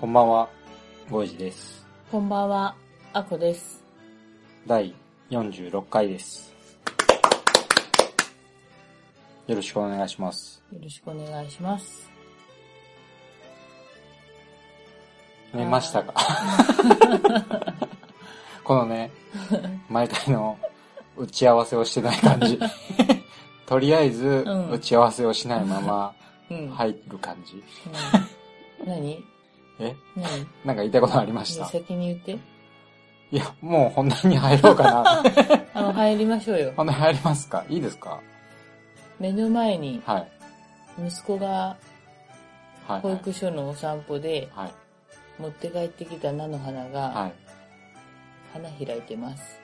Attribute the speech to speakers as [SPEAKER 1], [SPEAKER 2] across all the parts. [SPEAKER 1] こんばんは、ゴイジです。
[SPEAKER 2] こんばんはあこです
[SPEAKER 1] 第46回です。よろしくお願いします。
[SPEAKER 2] よろしくお願いします
[SPEAKER 1] 寝ましたかこのね、毎回の打ち合わせをしてない感 じ。とりあえず
[SPEAKER 2] うん、
[SPEAKER 1] 打ち合わせをしないまま
[SPEAKER 2] うん、い、
[SPEAKER 1] 入る感じ。
[SPEAKER 2] うん、 何
[SPEAKER 1] え
[SPEAKER 2] 何
[SPEAKER 1] なんか言いたいことありました
[SPEAKER 2] 先に言って
[SPEAKER 1] いや、もう本題に入ろうかな。
[SPEAKER 2] あの入りましょうよ
[SPEAKER 1] 本題入りますかいいですか
[SPEAKER 2] 目の前に
[SPEAKER 1] はい。
[SPEAKER 2] 息子が
[SPEAKER 1] はい。
[SPEAKER 2] 保育所のお散歩で
[SPEAKER 1] はい。
[SPEAKER 2] 持って帰ってきた菜の花
[SPEAKER 1] は
[SPEAKER 2] が
[SPEAKER 1] い。
[SPEAKER 2] 花開いてます。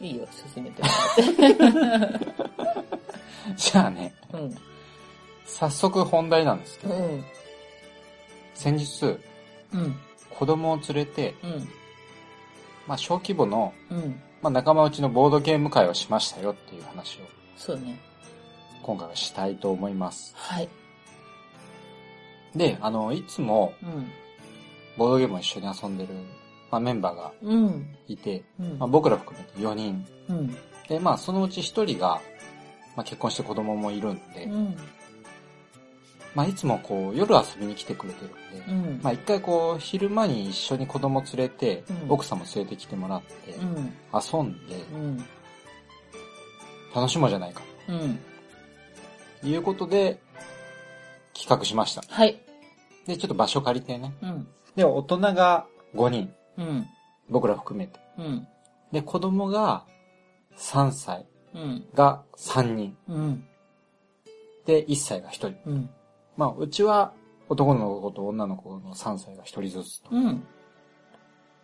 [SPEAKER 2] いいよ、進めて
[SPEAKER 1] じゃあね、
[SPEAKER 2] もらって。
[SPEAKER 1] 早速本題なんですけ
[SPEAKER 2] うん。
[SPEAKER 1] ど、
[SPEAKER 2] うん。
[SPEAKER 1] 先日、
[SPEAKER 2] うん。
[SPEAKER 1] 子供を連れて、
[SPEAKER 2] うん。
[SPEAKER 1] まあ、小規模の、
[SPEAKER 2] うん。
[SPEAKER 1] まあ、仲間内のボードゲーム会をしましたよっていう話を
[SPEAKER 2] そうね。
[SPEAKER 1] 今回はしたいと思います。
[SPEAKER 2] はい。
[SPEAKER 1] で、あの、いつも
[SPEAKER 2] うん。
[SPEAKER 1] ボードゲームを一緒に遊んでる、まあ、メンバーが
[SPEAKER 2] うん。
[SPEAKER 1] いて、
[SPEAKER 2] うん。
[SPEAKER 1] まあ、僕ら含めて4人。
[SPEAKER 2] うん。
[SPEAKER 1] で、まあ、そのうち1人が、まあ、結婚して子供もいるんで、
[SPEAKER 2] うん。
[SPEAKER 1] まあ、いつもこう、夜遊びに来てくれてるんで、
[SPEAKER 2] うん。
[SPEAKER 1] まあ、一回こう、昼間に一緒に子供連れて、
[SPEAKER 2] うん
[SPEAKER 1] 奥さんも連れてきてもらって、
[SPEAKER 2] うん。
[SPEAKER 1] 遊んで、
[SPEAKER 2] うん。
[SPEAKER 1] 楽しもうじゃないか。
[SPEAKER 2] うん。
[SPEAKER 1] ということで、企画しました。
[SPEAKER 2] はい。
[SPEAKER 1] で、ちょっと場所借りてね。
[SPEAKER 2] うん。
[SPEAKER 1] で、大人が5人。
[SPEAKER 2] うん。
[SPEAKER 1] 僕ら含めて。
[SPEAKER 2] うん。
[SPEAKER 1] で、子供が3歳
[SPEAKER 2] うん。
[SPEAKER 1] が3人。
[SPEAKER 2] うん。
[SPEAKER 1] で、1歳が1人。
[SPEAKER 2] うん。
[SPEAKER 1] まあ、うちは男の子と女の子の3歳が1人ずつと
[SPEAKER 2] うん。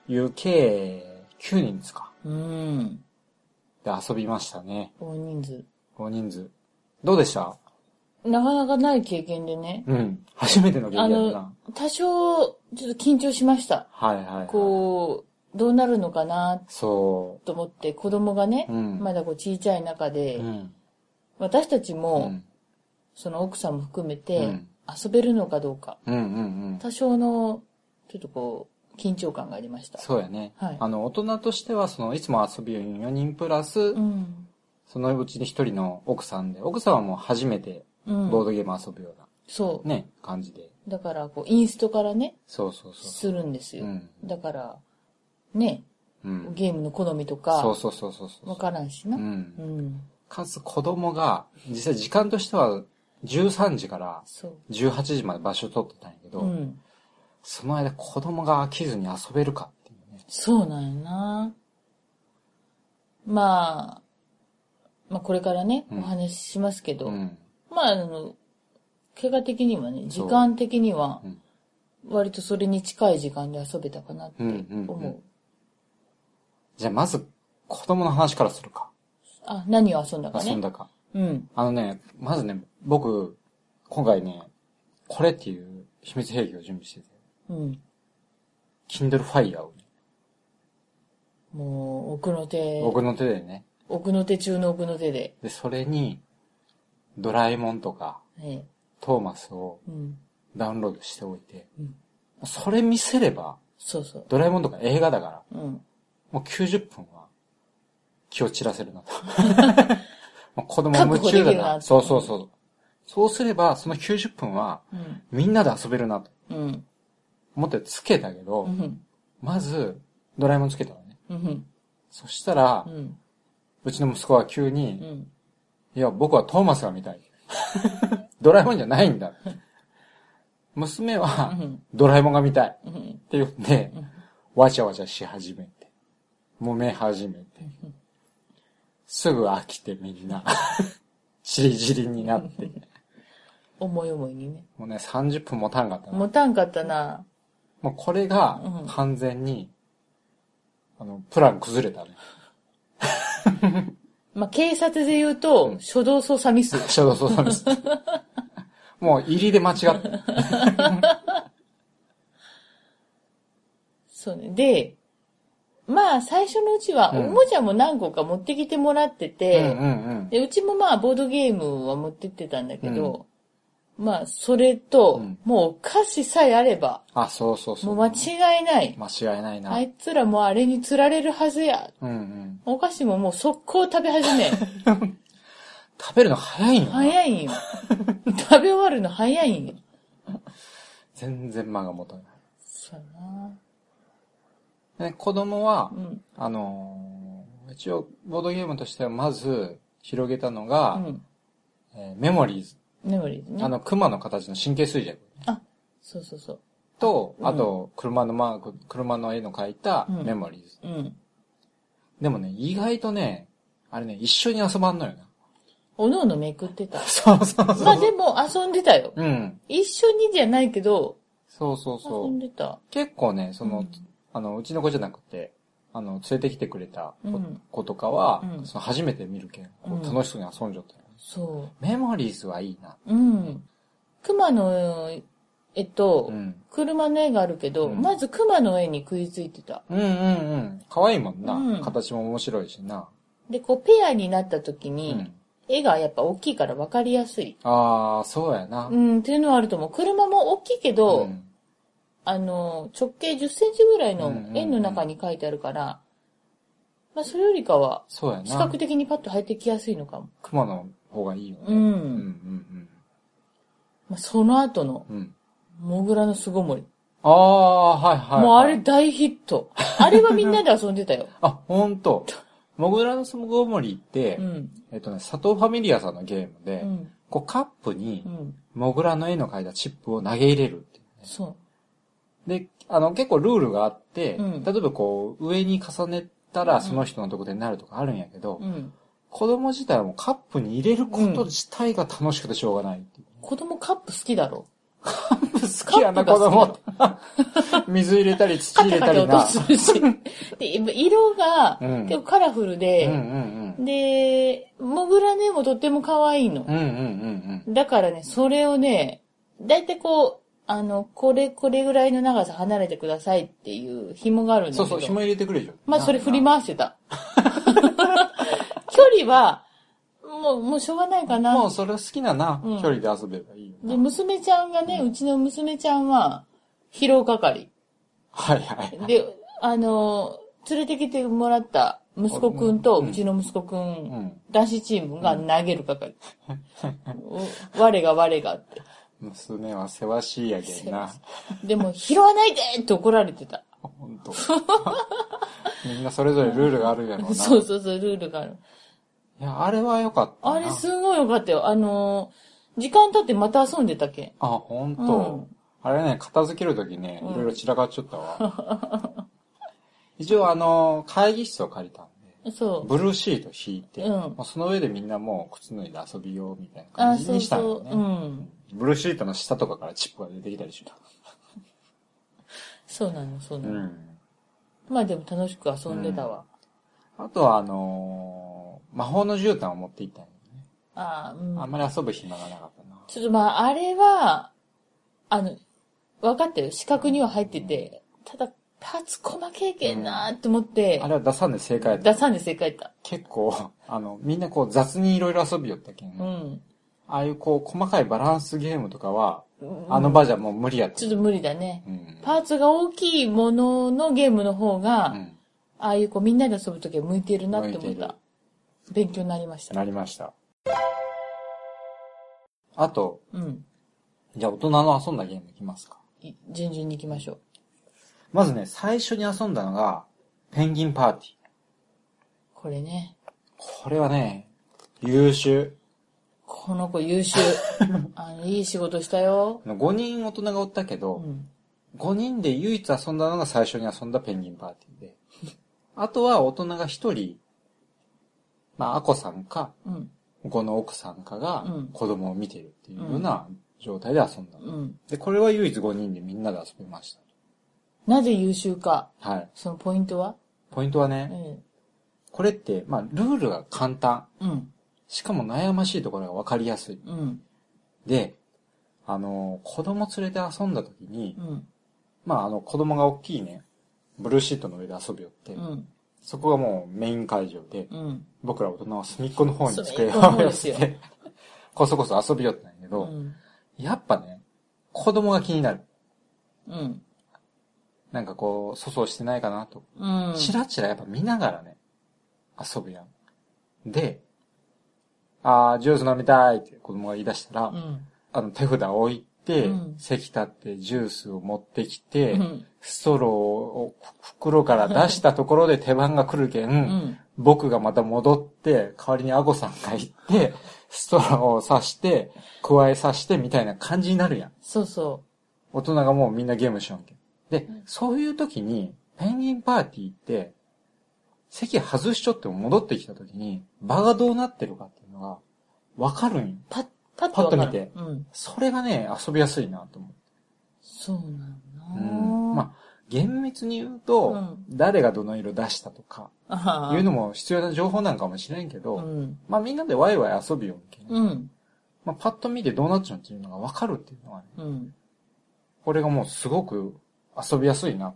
[SPEAKER 1] いう計9人ですか。
[SPEAKER 2] うん。
[SPEAKER 1] で、遊びましたね。
[SPEAKER 2] 大人数。
[SPEAKER 1] 5人数。どうでした
[SPEAKER 2] なかなかない経験でね。
[SPEAKER 1] うん。初めての経験だったな。
[SPEAKER 2] 多少、ちょっと緊張しました。
[SPEAKER 1] はいはい、はい。
[SPEAKER 2] こう、どうなるのかな
[SPEAKER 1] そ
[SPEAKER 2] と思って、子供がね
[SPEAKER 1] う。、うん。
[SPEAKER 2] まだこう小さい中で、
[SPEAKER 1] うん。
[SPEAKER 2] 私たち
[SPEAKER 1] う
[SPEAKER 2] も、
[SPEAKER 1] ん。
[SPEAKER 2] その奥さんも含め
[SPEAKER 1] う
[SPEAKER 2] て
[SPEAKER 1] ん、
[SPEAKER 2] 遊べるのかどうか、
[SPEAKER 1] うんうんうん。
[SPEAKER 2] 多少の、ちょっとこう、緊張感がありました。
[SPEAKER 1] そうやね。
[SPEAKER 2] はい
[SPEAKER 1] あの、大人としては、その、いつも遊びより4人プラス、
[SPEAKER 2] うん。
[SPEAKER 1] そのうちに1人の奥さんで、奥さんはもう初めて
[SPEAKER 2] うん。
[SPEAKER 1] ボードゲーム遊ぶような、
[SPEAKER 2] そう。
[SPEAKER 1] ね、感じで。
[SPEAKER 2] だから、こう、インストからね、
[SPEAKER 1] そうそうそ
[SPEAKER 2] するんです
[SPEAKER 1] う。
[SPEAKER 2] よ。
[SPEAKER 1] うん。
[SPEAKER 2] だから、ね、
[SPEAKER 1] うん。
[SPEAKER 2] ゲームの好みと
[SPEAKER 1] そう
[SPEAKER 2] か、
[SPEAKER 1] そうそうそうそう。
[SPEAKER 2] わからんしな。
[SPEAKER 1] う。
[SPEAKER 2] うんん。
[SPEAKER 1] かつ子供が、実際時間としては13時から
[SPEAKER 2] そ
[SPEAKER 1] 18時まで場所取ってたんやけ
[SPEAKER 2] う。
[SPEAKER 1] ど、
[SPEAKER 2] うん。
[SPEAKER 1] その間子供が飽きずに遊べるかっていうね。
[SPEAKER 2] そうなんやな。まあ、まあこれからね、
[SPEAKER 1] うん
[SPEAKER 2] お話ししますけど、
[SPEAKER 1] うん。
[SPEAKER 2] まああの、怪我的にはね、時
[SPEAKER 1] そう
[SPEAKER 2] 間的には
[SPEAKER 1] うん、
[SPEAKER 2] 割とそれに近い時間で遊べたかなって
[SPEAKER 1] うん
[SPEAKER 2] 思う。
[SPEAKER 1] うんうんじゃあまず、子供の話からするか。
[SPEAKER 2] あ、何を遊んだか
[SPEAKER 1] 遊
[SPEAKER 2] ね
[SPEAKER 1] ん。だか。
[SPEAKER 2] うん。
[SPEAKER 1] あのね、まずね、僕、今回ね、これっていう秘密兵器を準備してて、
[SPEAKER 2] うん。
[SPEAKER 1] Kindle Fire をね、
[SPEAKER 2] もう、奥の手、
[SPEAKER 1] 僕の手でね、
[SPEAKER 2] 奥の手中の奥の手で、
[SPEAKER 1] で、それに、ドラえもんとか、
[SPEAKER 2] ね、
[SPEAKER 1] トーマスを
[SPEAKER 2] うん。
[SPEAKER 1] ダウンロードしておいて、
[SPEAKER 2] うん
[SPEAKER 1] それ見せれば、
[SPEAKER 2] そうそう。
[SPEAKER 1] ドラえもんとか映画だから、
[SPEAKER 2] うん。
[SPEAKER 1] もう90分は気を散らせるな と。もう子供
[SPEAKER 2] 確
[SPEAKER 1] 夢
[SPEAKER 2] 保でき
[SPEAKER 1] 中だ
[SPEAKER 2] る
[SPEAKER 1] な。
[SPEAKER 2] な
[SPEAKER 1] そうそうそう。そうすれば、その90分は
[SPEAKER 2] うん。
[SPEAKER 1] みんなで遊べるなと
[SPEAKER 2] うん。
[SPEAKER 1] 思ってつけたけど、
[SPEAKER 2] うん。
[SPEAKER 1] まず、ドラえもんつけたのね。
[SPEAKER 2] うん。
[SPEAKER 1] そしたら
[SPEAKER 2] う、ん。
[SPEAKER 1] うちの息子は急
[SPEAKER 2] う
[SPEAKER 1] に、
[SPEAKER 2] ん。
[SPEAKER 1] いや、僕はトーマスが見たい。 ドラえもんじゃないんだ。娘は、
[SPEAKER 2] うん。
[SPEAKER 1] ドラえもんが見たいっ
[SPEAKER 2] うん。
[SPEAKER 1] て言って
[SPEAKER 2] うん、
[SPEAKER 1] わちゃわちゃし始めて、揉め始めて、 すぐ飽きてみんな、チリチリになって、
[SPEAKER 2] 思い思いにね。
[SPEAKER 1] もうね、30分持たんかったな。
[SPEAKER 2] 持たんかったな。
[SPEAKER 1] もうこれが
[SPEAKER 2] うん
[SPEAKER 1] 完全に、あの、プラン崩れたね。
[SPEAKER 2] まあ、警察で言うと、
[SPEAKER 1] うん
[SPEAKER 2] 初動捜査ミス。
[SPEAKER 1] シャドウソー ダミス。もう入りで間違った。
[SPEAKER 2] そうね。で、まあ、最初のうちは、
[SPEAKER 1] うん
[SPEAKER 2] おもちゃも何個か持ってきてもらってて、
[SPEAKER 1] うんうんうん。
[SPEAKER 2] で、うちもまあ、ボードゲームは持ってってたんだけど、まあ、それと、
[SPEAKER 1] うん
[SPEAKER 2] もうお菓子さえあれば、
[SPEAKER 1] あ、そうそうそ
[SPEAKER 2] も
[SPEAKER 1] う。
[SPEAKER 2] う間違いない。
[SPEAKER 1] 間違いないな。
[SPEAKER 2] あいつらもうあれに釣られるはずや。
[SPEAKER 1] うんうん。
[SPEAKER 2] お菓子ももう速攻食べ始 め。
[SPEAKER 1] 食べるの早いんよな。
[SPEAKER 2] 早いんよ。食べ終わるの早いんよ。
[SPEAKER 1] 全然間が持たない。
[SPEAKER 2] そうやな。
[SPEAKER 1] で子供は、
[SPEAKER 2] うん。
[SPEAKER 1] あのー一応、ボードゲームとしてはまず広げたのが、
[SPEAKER 2] うん。
[SPEAKER 1] えーメモリーズ。
[SPEAKER 2] 眠りね。
[SPEAKER 1] あの、熊の形の神経衰弱。
[SPEAKER 2] そうそうそう。
[SPEAKER 1] と、
[SPEAKER 2] うん
[SPEAKER 1] あと、車のマーク、車の絵の描いた
[SPEAKER 2] うん
[SPEAKER 1] メモリーズ。
[SPEAKER 2] うん。
[SPEAKER 1] でもね、意外とね、あれね、一緒に遊ばんのよな。。
[SPEAKER 2] おのおのめくってた
[SPEAKER 1] そうそう
[SPEAKER 2] ま
[SPEAKER 1] そ
[SPEAKER 2] あ
[SPEAKER 1] う。
[SPEAKER 2] でも遊んでたよ。
[SPEAKER 1] うん。
[SPEAKER 2] 一緒にじゃないけど、
[SPEAKER 1] そうそう
[SPEAKER 2] 遊
[SPEAKER 1] そ
[SPEAKER 2] ん
[SPEAKER 1] う。
[SPEAKER 2] でた。
[SPEAKER 1] 結構ね、その、
[SPEAKER 2] うん
[SPEAKER 1] あの、うちの子じゃなくて、あの、連れてきてくれた子
[SPEAKER 2] うん
[SPEAKER 1] 子とかは、
[SPEAKER 2] うん
[SPEAKER 1] その初めて見るけん、こう
[SPEAKER 2] うん
[SPEAKER 1] 楽しそうに遊んじゃったよ、
[SPEAKER 2] そ
[SPEAKER 1] メモリーズはいいな。
[SPEAKER 2] う。うん。熊の、えっと、
[SPEAKER 1] うん。
[SPEAKER 2] 車の絵があるけど、
[SPEAKER 1] うん
[SPEAKER 2] まず熊の絵に食いついてた。
[SPEAKER 1] うんうんうん。可愛いもんな。
[SPEAKER 2] うん
[SPEAKER 1] 形も面白いしな。
[SPEAKER 2] で、こう、ペアになった時
[SPEAKER 1] う
[SPEAKER 2] に、。絵がやっぱ大きいから分かりやすい。
[SPEAKER 1] ああ、そうやな。
[SPEAKER 2] うん、っていうのはあると思う。車も大きいけど、
[SPEAKER 1] うん
[SPEAKER 2] あの、直径10センチぐらい
[SPEAKER 1] うん
[SPEAKER 2] の
[SPEAKER 1] うんうん
[SPEAKER 2] 円の中に書いてあるから、まあ、それよりかは、
[SPEAKER 1] そうやな。
[SPEAKER 2] 視覚的にパッと入ってきやすいのかも。
[SPEAKER 1] 熊の方がいいよね。
[SPEAKER 2] う
[SPEAKER 1] うん
[SPEAKER 2] ん。
[SPEAKER 1] うん
[SPEAKER 2] まあ、その後の、
[SPEAKER 1] うん。うん。
[SPEAKER 2] モグラの巣ごもり。
[SPEAKER 1] ああ、はいはい、はい。
[SPEAKER 2] もうあれ大ヒット。 あれはみんなで遊んでたよ。
[SPEAKER 1] あ、ほんと。モグラのスモゴモリって、
[SPEAKER 2] うん。
[SPEAKER 1] えっとね、佐藤ファミリアさんのゲームで、
[SPEAKER 2] うん。
[SPEAKER 1] こうカップに
[SPEAKER 2] う、ん。
[SPEAKER 1] モグラの絵の描いたチップを投げ入れるっていうね
[SPEAKER 2] そう。
[SPEAKER 1] で、あの、結構ルールがあって、
[SPEAKER 2] うん
[SPEAKER 1] 例えばこう、上に重ねたらその人の得点になるとかあるんやけど、
[SPEAKER 2] うん。
[SPEAKER 1] 子供自体はもうカップに入れること自体が楽しくてしょうがないっていう。
[SPEAKER 2] 子供カップ好きだろ。
[SPEAKER 1] 好きやな、
[SPEAKER 2] カ
[SPEAKER 1] 子
[SPEAKER 2] ップ
[SPEAKER 1] 供
[SPEAKER 2] が
[SPEAKER 1] っ
[SPEAKER 2] 好
[SPEAKER 1] て。水入れたり土
[SPEAKER 2] カ
[SPEAKER 1] 入
[SPEAKER 2] キ
[SPEAKER 1] れ
[SPEAKER 2] カ
[SPEAKER 1] た
[SPEAKER 2] キ
[SPEAKER 1] り
[SPEAKER 2] 落
[SPEAKER 1] な
[SPEAKER 2] と。するし。で、色が
[SPEAKER 1] うん
[SPEAKER 2] 結構カラフル
[SPEAKER 1] うんう
[SPEAKER 2] で、
[SPEAKER 1] ん
[SPEAKER 2] で、モグラねもとっても可愛いの。
[SPEAKER 1] うん。うんうんうん
[SPEAKER 2] だからね、それをね、だいたいこう、あの、これ、これぐらいの長さ離れてくださいっていう紐があるん
[SPEAKER 1] う
[SPEAKER 2] だけ
[SPEAKER 1] ん。そ
[SPEAKER 2] ど。
[SPEAKER 1] うそう、紐入れてくれるじゃん。
[SPEAKER 2] まあ、それ振り回してた。距離は、もう、もうしょうがないかな。
[SPEAKER 1] もうそれ好きなな、
[SPEAKER 2] うん
[SPEAKER 1] 距離で遊べばいいよ
[SPEAKER 2] で、
[SPEAKER 1] な。
[SPEAKER 2] 娘ちゃんがね、うちの娘ちゃんは、疲労係。
[SPEAKER 1] はいはい。
[SPEAKER 2] で、あの、連れてきてもらった息子くんと、うちの息子くん、
[SPEAKER 1] うん。
[SPEAKER 2] 男子チームが投げる 係。お我が我がって。
[SPEAKER 1] 娘は世話しいやけんな。
[SPEAKER 2] でも、拾わないでって怒られてた。
[SPEAKER 1] ほん と。みんなそれぞれルールがあるやろうな。
[SPEAKER 2] そう
[SPEAKER 1] い
[SPEAKER 2] そうそう、ルールがある。
[SPEAKER 1] や、あれは良かったな。
[SPEAKER 2] あれすごいよかったよ。あの、時間経ってまた遊んでたけん。
[SPEAKER 1] あ、ほん
[SPEAKER 2] う
[SPEAKER 1] と
[SPEAKER 2] ん。
[SPEAKER 1] あれね、片付けるときね、
[SPEAKER 2] うん
[SPEAKER 1] いろいろ散らかっちゃったわ。一応あの、会議室を借りたんで、
[SPEAKER 2] そ
[SPEAKER 1] ブルーシート敷いて、
[SPEAKER 2] うん
[SPEAKER 1] もうその上でみんなもう靴脱いで遊びようみたいな
[SPEAKER 2] う。あ、
[SPEAKER 1] 感じ
[SPEAKER 2] そう
[SPEAKER 1] にしたん
[SPEAKER 2] そ
[SPEAKER 1] よ
[SPEAKER 2] う。
[SPEAKER 1] ね。
[SPEAKER 2] うん。
[SPEAKER 1] ブルーシートの下とかからチップが出てきたりした。
[SPEAKER 2] そうなの、そう
[SPEAKER 1] う
[SPEAKER 2] なの。
[SPEAKER 1] ん。
[SPEAKER 2] まあでも楽しく遊んでたわ。
[SPEAKER 1] あとは、あのー魔法の絨毯を持っていったんよね。
[SPEAKER 2] あーうん
[SPEAKER 1] あんまり遊ぶ暇がなかったな。
[SPEAKER 2] ちょっとまあ、あれは、あの、分かったよ。資格には入ってて、ただ、パツ細けえけんなーって思って
[SPEAKER 1] あ、れは出さんで正解だ
[SPEAKER 2] 出
[SPEAKER 1] った。
[SPEAKER 2] さんで正解だっ
[SPEAKER 1] 結構、 あの、みんなこう雑にいろいろ遊びよったけん、
[SPEAKER 2] た。うん。
[SPEAKER 1] ああいうこう細かいバランスゲームとかは、
[SPEAKER 2] うん
[SPEAKER 1] あの場じゃもう無理やった。
[SPEAKER 2] ちょっと無理だね。
[SPEAKER 1] うん。
[SPEAKER 2] パーツが大きいもののゲームの方が、
[SPEAKER 1] うん
[SPEAKER 2] ああいうこうみんなで遊ぶときは向いてるなって思
[SPEAKER 1] 向
[SPEAKER 2] っ
[SPEAKER 1] いてる
[SPEAKER 2] た。勉強になりました。
[SPEAKER 1] なりました。あと、
[SPEAKER 2] うん。
[SPEAKER 1] じゃあ大人の遊んだゲームいきますか。
[SPEAKER 2] い順々に行きましょう。
[SPEAKER 1] まずね、最初に遊んだのが、ペンギンパーティー。
[SPEAKER 2] これね。
[SPEAKER 1] これはね、優秀。
[SPEAKER 2] この子優 秀。あの、いい仕事したよ。
[SPEAKER 1] 5人大人がおったけど、
[SPEAKER 2] うん。
[SPEAKER 1] 5人で唯一遊んだのが最初に遊んだペンギンパーティーで、あとは大人が1人、まあ、アコさんか、
[SPEAKER 2] うん。
[SPEAKER 1] この奥さんかが
[SPEAKER 2] うん
[SPEAKER 1] 子供を見てるっていうような状態で遊んだ。
[SPEAKER 2] うん。
[SPEAKER 1] で、これは唯一5人でみんなで遊びまし
[SPEAKER 2] なぜ優秀か。
[SPEAKER 1] た。はい。
[SPEAKER 2] そのポイントは
[SPEAKER 1] ポイントは
[SPEAKER 2] え
[SPEAKER 1] ね、
[SPEAKER 2] え
[SPEAKER 1] これって、まあ、ルールが簡単。
[SPEAKER 2] うん。
[SPEAKER 1] しかも悩ましいところが分かりやすい。
[SPEAKER 2] うん。
[SPEAKER 1] で、あの、子供連れて遊んだ時に、
[SPEAKER 2] うん。
[SPEAKER 1] まあ、あの、子供が大きいね、ブルーシートの上で遊びよって、
[SPEAKER 2] うん。
[SPEAKER 1] そこがもうメイン会場で、
[SPEAKER 2] うん。
[SPEAKER 1] 僕ら大人は隅っこの方に机
[SPEAKER 2] 隅
[SPEAKER 1] を
[SPEAKER 2] っこの方
[SPEAKER 1] 寄
[SPEAKER 2] です
[SPEAKER 1] せ
[SPEAKER 2] よ
[SPEAKER 1] て、 こそこそ遊びよってないけ
[SPEAKER 2] う
[SPEAKER 1] ど、
[SPEAKER 2] ん。
[SPEAKER 1] やっぱね、子供が気になる。
[SPEAKER 2] うん。
[SPEAKER 1] なんかこう、粗相してないかなと。
[SPEAKER 2] うん。
[SPEAKER 1] チラチラやっぱ見ながらね、遊ぶやん。で、あー、ジュース飲みたいって子供が言い出したら、
[SPEAKER 2] うん。
[SPEAKER 1] あの、手札を置いて、
[SPEAKER 2] うん
[SPEAKER 1] 席立ってジュースを持ってきて、
[SPEAKER 2] うん
[SPEAKER 1] ストローを袋から出したところで手番が来るけん、
[SPEAKER 2] うん。
[SPEAKER 1] 僕がまた戻って、代わりにアゴさんが行って、ストローを刺して、加え刺してみたいな感じになるやん。
[SPEAKER 2] そうそ
[SPEAKER 1] 大人がもうみんなゲームしよんけん。で、そういう時に、ペンギンパーティーって、席外しちょっても戻ってきた時に、場がどうなってるかっていうのが、わかるんよ。
[SPEAKER 2] う。パッ、パッとわかる
[SPEAKER 1] パッと見て
[SPEAKER 2] うん。
[SPEAKER 1] それがね、遊びやすいなと思う。
[SPEAKER 2] そうなんだ
[SPEAKER 1] う
[SPEAKER 2] な。
[SPEAKER 1] ん。まあ、厳密に言うと、
[SPEAKER 2] うん
[SPEAKER 1] 誰がどの色出したとか、
[SPEAKER 2] ああ
[SPEAKER 1] いうのも必要な情報なんかもしれんけど、
[SPEAKER 2] うん。
[SPEAKER 1] まあみんなでワイワイ遊びよんけん。
[SPEAKER 2] うん。
[SPEAKER 1] まあ、パッと見てどうなっちゃうっていうのがわかるっていうのはね、
[SPEAKER 2] うん。
[SPEAKER 1] これがもうすごく遊びやすいな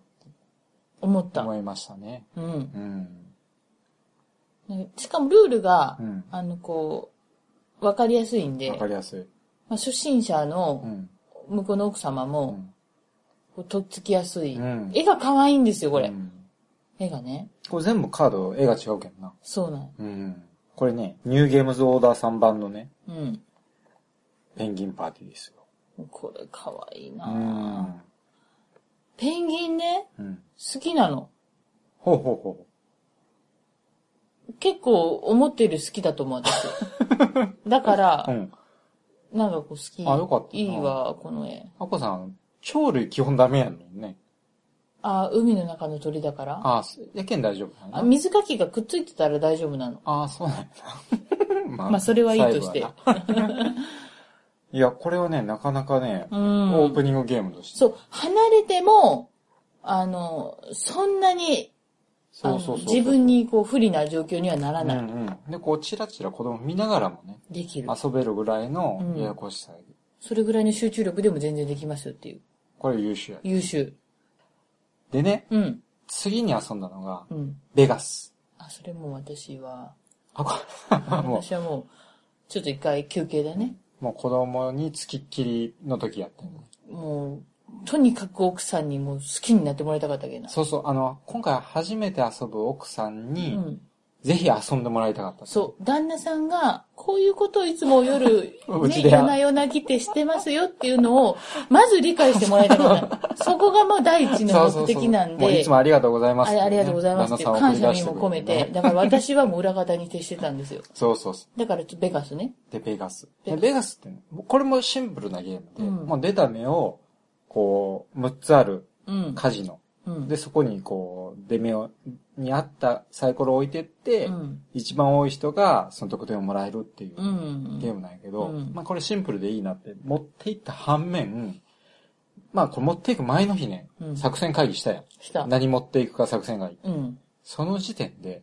[SPEAKER 2] 思っ
[SPEAKER 1] と
[SPEAKER 2] た。
[SPEAKER 1] 思いましたね。
[SPEAKER 2] うん。
[SPEAKER 1] うん。
[SPEAKER 2] ねしかもルールが、
[SPEAKER 1] うん
[SPEAKER 2] あの、こう、わかりやすいんで、
[SPEAKER 1] わかりやすい。
[SPEAKER 2] まあ、初心者
[SPEAKER 1] う
[SPEAKER 2] の
[SPEAKER 1] ん。
[SPEAKER 2] 向こうの奥様
[SPEAKER 1] う
[SPEAKER 2] も、
[SPEAKER 1] ん。
[SPEAKER 2] こうとっつきやすい。
[SPEAKER 1] うん
[SPEAKER 2] 絵が可愛いんですよ、これ。
[SPEAKER 1] うん
[SPEAKER 2] 絵がね。
[SPEAKER 1] これ全部カード、絵が違うけんな。
[SPEAKER 2] そうなん。
[SPEAKER 1] うん。これね、ニューゲームズオーダー3番のね、
[SPEAKER 2] うん。
[SPEAKER 1] ペンギンパーティーですよ。
[SPEAKER 2] これ可愛いうな、
[SPEAKER 1] ん。
[SPEAKER 2] ペンギンね、
[SPEAKER 1] うん。
[SPEAKER 2] 好きなの。
[SPEAKER 1] ほうほうほ
[SPEAKER 2] 結構思ってる好きだと思う、 私。だから
[SPEAKER 1] う。う、ん。
[SPEAKER 2] なんかこう好き。
[SPEAKER 1] あよかったない
[SPEAKER 2] いわ、この絵。
[SPEAKER 1] アコさん、鳥類基本ダメやんのにね。
[SPEAKER 2] あ、海の中の鳥だから。
[SPEAKER 1] ああ、すやけん大丈夫
[SPEAKER 2] あ
[SPEAKER 1] かな。
[SPEAKER 2] 水かきがくっついてたら大丈夫なの。
[SPEAKER 1] ああ、そうなんやな。 ま
[SPEAKER 2] まあ、それはいいとして。
[SPEAKER 1] 最後はないや、これはね、なかなかね、
[SPEAKER 2] うん。
[SPEAKER 1] オープニングゲームとして。
[SPEAKER 2] そう、離れても、あの、そんなに、あ
[SPEAKER 1] そ
[SPEAKER 2] の
[SPEAKER 1] うそうそう。
[SPEAKER 2] 自分にこう不利な状況にはなら
[SPEAKER 1] うん
[SPEAKER 2] ない。
[SPEAKER 1] うん。で、こう、チラチラ子供見ながらもね、
[SPEAKER 2] できる。
[SPEAKER 1] 遊べるぐらいの
[SPEAKER 2] うん
[SPEAKER 1] ややこしさ。
[SPEAKER 2] それぐらいの集中力でも全然できますよっていう。
[SPEAKER 1] これ優秀や。
[SPEAKER 2] 優秀。
[SPEAKER 1] でね、
[SPEAKER 2] うん。
[SPEAKER 1] 次に遊んだのが
[SPEAKER 2] う、ん。
[SPEAKER 1] ベガス。
[SPEAKER 2] あ、それもう私は、
[SPEAKER 1] あ、こ も
[SPEAKER 2] 私はもう、ちょっと一回休憩だね。
[SPEAKER 1] う、もう子供につきっきりの時やってんの。
[SPEAKER 2] もう、とにかく奥さんにもう好きになってもらいたかったけどな。
[SPEAKER 1] そうそう、あの、今回初めて遊ぶ奥さん
[SPEAKER 2] う
[SPEAKER 1] に、
[SPEAKER 2] ん。
[SPEAKER 1] ぜひ遊んでもらいたかった。、
[SPEAKER 2] そう、旦那さんが、こういうことをいつも夜
[SPEAKER 1] うち
[SPEAKER 2] ね、
[SPEAKER 1] で
[SPEAKER 2] 夜な夜な来てしてますよっていうのを、まず理解してもらいたかった。そこがもう第一
[SPEAKER 1] そ
[SPEAKER 2] の
[SPEAKER 1] うそう
[SPEAKER 2] 目
[SPEAKER 1] そう
[SPEAKER 2] 的なん
[SPEAKER 1] もうい
[SPEAKER 2] で
[SPEAKER 1] つも、ありがとうございます
[SPEAKER 2] あ
[SPEAKER 1] って
[SPEAKER 2] れ
[SPEAKER 1] ね。
[SPEAKER 2] ありがとうございますっていう感
[SPEAKER 1] 旦那
[SPEAKER 2] 謝
[SPEAKER 1] さ
[SPEAKER 2] に
[SPEAKER 1] んを
[SPEAKER 2] も
[SPEAKER 1] 送
[SPEAKER 2] 込め、
[SPEAKER 1] り出してくれるね
[SPEAKER 2] だから私はもう裏方に徹してたんですよ。
[SPEAKER 1] そうそうそう。
[SPEAKER 2] だから、ベガスね。
[SPEAKER 1] で、ベガス。
[SPEAKER 2] ベガ
[SPEAKER 1] で、
[SPEAKER 2] ス
[SPEAKER 1] ベガスってね、これもシンプルなゲームで、
[SPEAKER 2] うん
[SPEAKER 1] もう出た目を、こう、6つある
[SPEAKER 2] うん。
[SPEAKER 1] カジノ。
[SPEAKER 2] うん。
[SPEAKER 1] で、そこにこう、出目を、に合ったサイコロを置いてって、
[SPEAKER 2] うん。。
[SPEAKER 1] 一番多い人がその得点をもらえるっていううんゲームなんやけど、
[SPEAKER 2] うん
[SPEAKER 1] まあこれシンプルでいいなって、持っていった反面、まあこれ持っていく前の日ね、
[SPEAKER 2] うん
[SPEAKER 1] 作戦会議したやん。
[SPEAKER 2] した。
[SPEAKER 1] 何持っていくか作戦会議。
[SPEAKER 2] うん。
[SPEAKER 1] その時点で、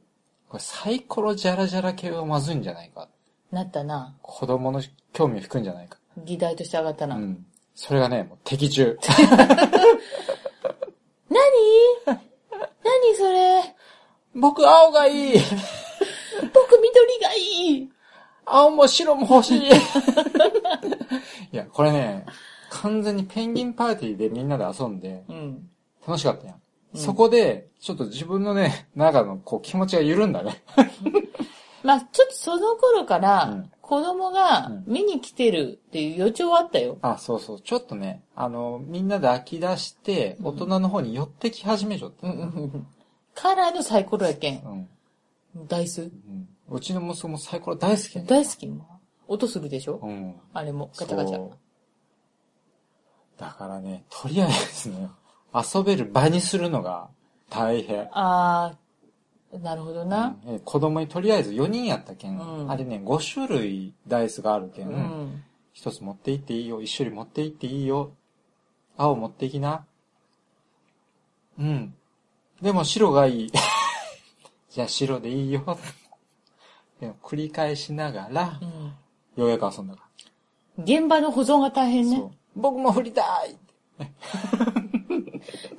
[SPEAKER 1] これサイコロジャラジャラ系はまずいんじゃないか。
[SPEAKER 2] なったな。
[SPEAKER 1] 子供の興味を引くんじゃないか。
[SPEAKER 2] 議題として上がったな。
[SPEAKER 1] うん。それがね、もう敵中。
[SPEAKER 2] 何何それ
[SPEAKER 1] 僕青がいい
[SPEAKER 2] 僕緑がいい
[SPEAKER 1] 青も白も 欲しいいや、これね、完全にペンギンパーティーでみんなで遊んで、
[SPEAKER 2] うん。
[SPEAKER 1] 楽しかったやん。
[SPEAKER 2] うん
[SPEAKER 1] そこで、ちょっと自分のね、 中のこう気持ちが緩んだね。
[SPEAKER 2] まあ、ちょっとその頃か
[SPEAKER 1] う
[SPEAKER 2] ら
[SPEAKER 1] ん、
[SPEAKER 2] 子供
[SPEAKER 1] う
[SPEAKER 2] が
[SPEAKER 1] ん
[SPEAKER 2] 見に来てるっていう予兆はあった よ。
[SPEAKER 1] あ、そうそう。ちょっとね、あの、みんなで飽き出して、
[SPEAKER 2] うん
[SPEAKER 1] 大人の方に寄ってき始めちゃった。
[SPEAKER 2] うんうんうん。カラーのサイコロやけん
[SPEAKER 1] う。ん。
[SPEAKER 2] ダイス
[SPEAKER 1] うん。うちの息子もサイコロ大好きやねん
[SPEAKER 2] 大好きも。音するでしょ
[SPEAKER 1] うん。
[SPEAKER 2] あれも、ガチャガチャ。
[SPEAKER 1] そうだからね、とりあえずね、遊べる場にするのが大変。
[SPEAKER 2] あー、なるほどな。
[SPEAKER 1] うんえ子供にとりあえず4人やったけん、
[SPEAKER 2] うん
[SPEAKER 1] あれね、5種類ダイスがあるけん、
[SPEAKER 2] うん。
[SPEAKER 1] 一つ持って行っていいよ。一種類持って行っていいよ。青持っていきな。うん。でも白がいい。 じゃあ白でいいよ。でも繰り返しながら、ようやく遊んだか
[SPEAKER 2] 現場の保存が大
[SPEAKER 1] ら。
[SPEAKER 2] 変ね
[SPEAKER 1] そう。僕も振りたい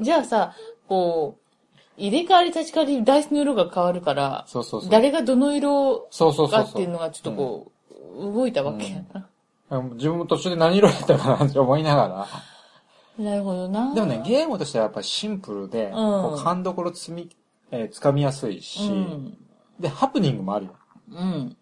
[SPEAKER 2] じゃあさ、こう、入れ替わり立ち替わり、ダイスの色が変わるから、
[SPEAKER 1] そうそうそう。
[SPEAKER 2] 誰がどの色
[SPEAKER 1] そうそうそ
[SPEAKER 2] か
[SPEAKER 1] うそう。
[SPEAKER 2] っていうのがちょっとこう、動いたわけやな。
[SPEAKER 1] あの自分も途中で何色やったかなって思いなが
[SPEAKER 2] なるほどな。
[SPEAKER 1] ら。でもね、ゲームとしてはやっぱシンプルで、こう勘どころつみ、えー掴みやすいし、
[SPEAKER 2] うん。
[SPEAKER 1] で、ハプニングもあるよ。
[SPEAKER 2] うん。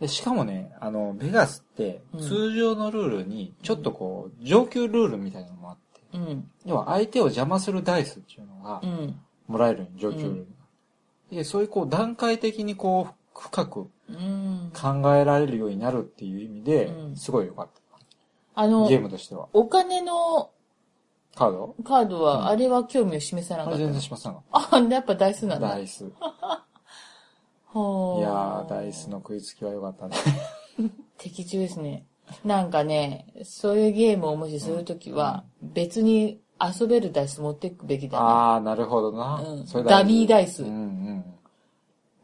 [SPEAKER 1] で、しかもね、あの、ベガスって
[SPEAKER 2] うん
[SPEAKER 1] 通常のルールに、ちょっとこう、上級ルールみたいなのもあって、
[SPEAKER 2] うん。
[SPEAKER 1] 要は相手を邪魔するダイスっていうのが
[SPEAKER 2] うん。
[SPEAKER 1] もらえるよ、上級ルールが。で、そういうこう、段階的にこう、深く
[SPEAKER 2] うん。
[SPEAKER 1] 考えられるようになるっていう意味で
[SPEAKER 2] う、ん
[SPEAKER 1] すごい良かっ
[SPEAKER 2] あ
[SPEAKER 1] た。
[SPEAKER 2] の
[SPEAKER 1] ゲ、ームとしては。
[SPEAKER 2] お金の
[SPEAKER 1] カード
[SPEAKER 2] カード
[SPEAKER 1] うん
[SPEAKER 2] は、あれは興味を示さな
[SPEAKER 1] あ
[SPEAKER 2] か
[SPEAKER 1] れ
[SPEAKER 2] っ。
[SPEAKER 1] 全然しませんかった
[SPEAKER 2] あ、やっぱダイスなんだ。
[SPEAKER 1] ダイス。いや
[SPEAKER 2] ほ
[SPEAKER 1] ー、ダイスの。食いつきは良 かったね。
[SPEAKER 2] 的中ですね。なんかね、そういうゲームをもしするときは、別に遊べるダイス持っていくべきだね。
[SPEAKER 1] あー、なるほどな。
[SPEAKER 2] うん
[SPEAKER 1] それ大事
[SPEAKER 2] ダミーダイス
[SPEAKER 1] うんうん。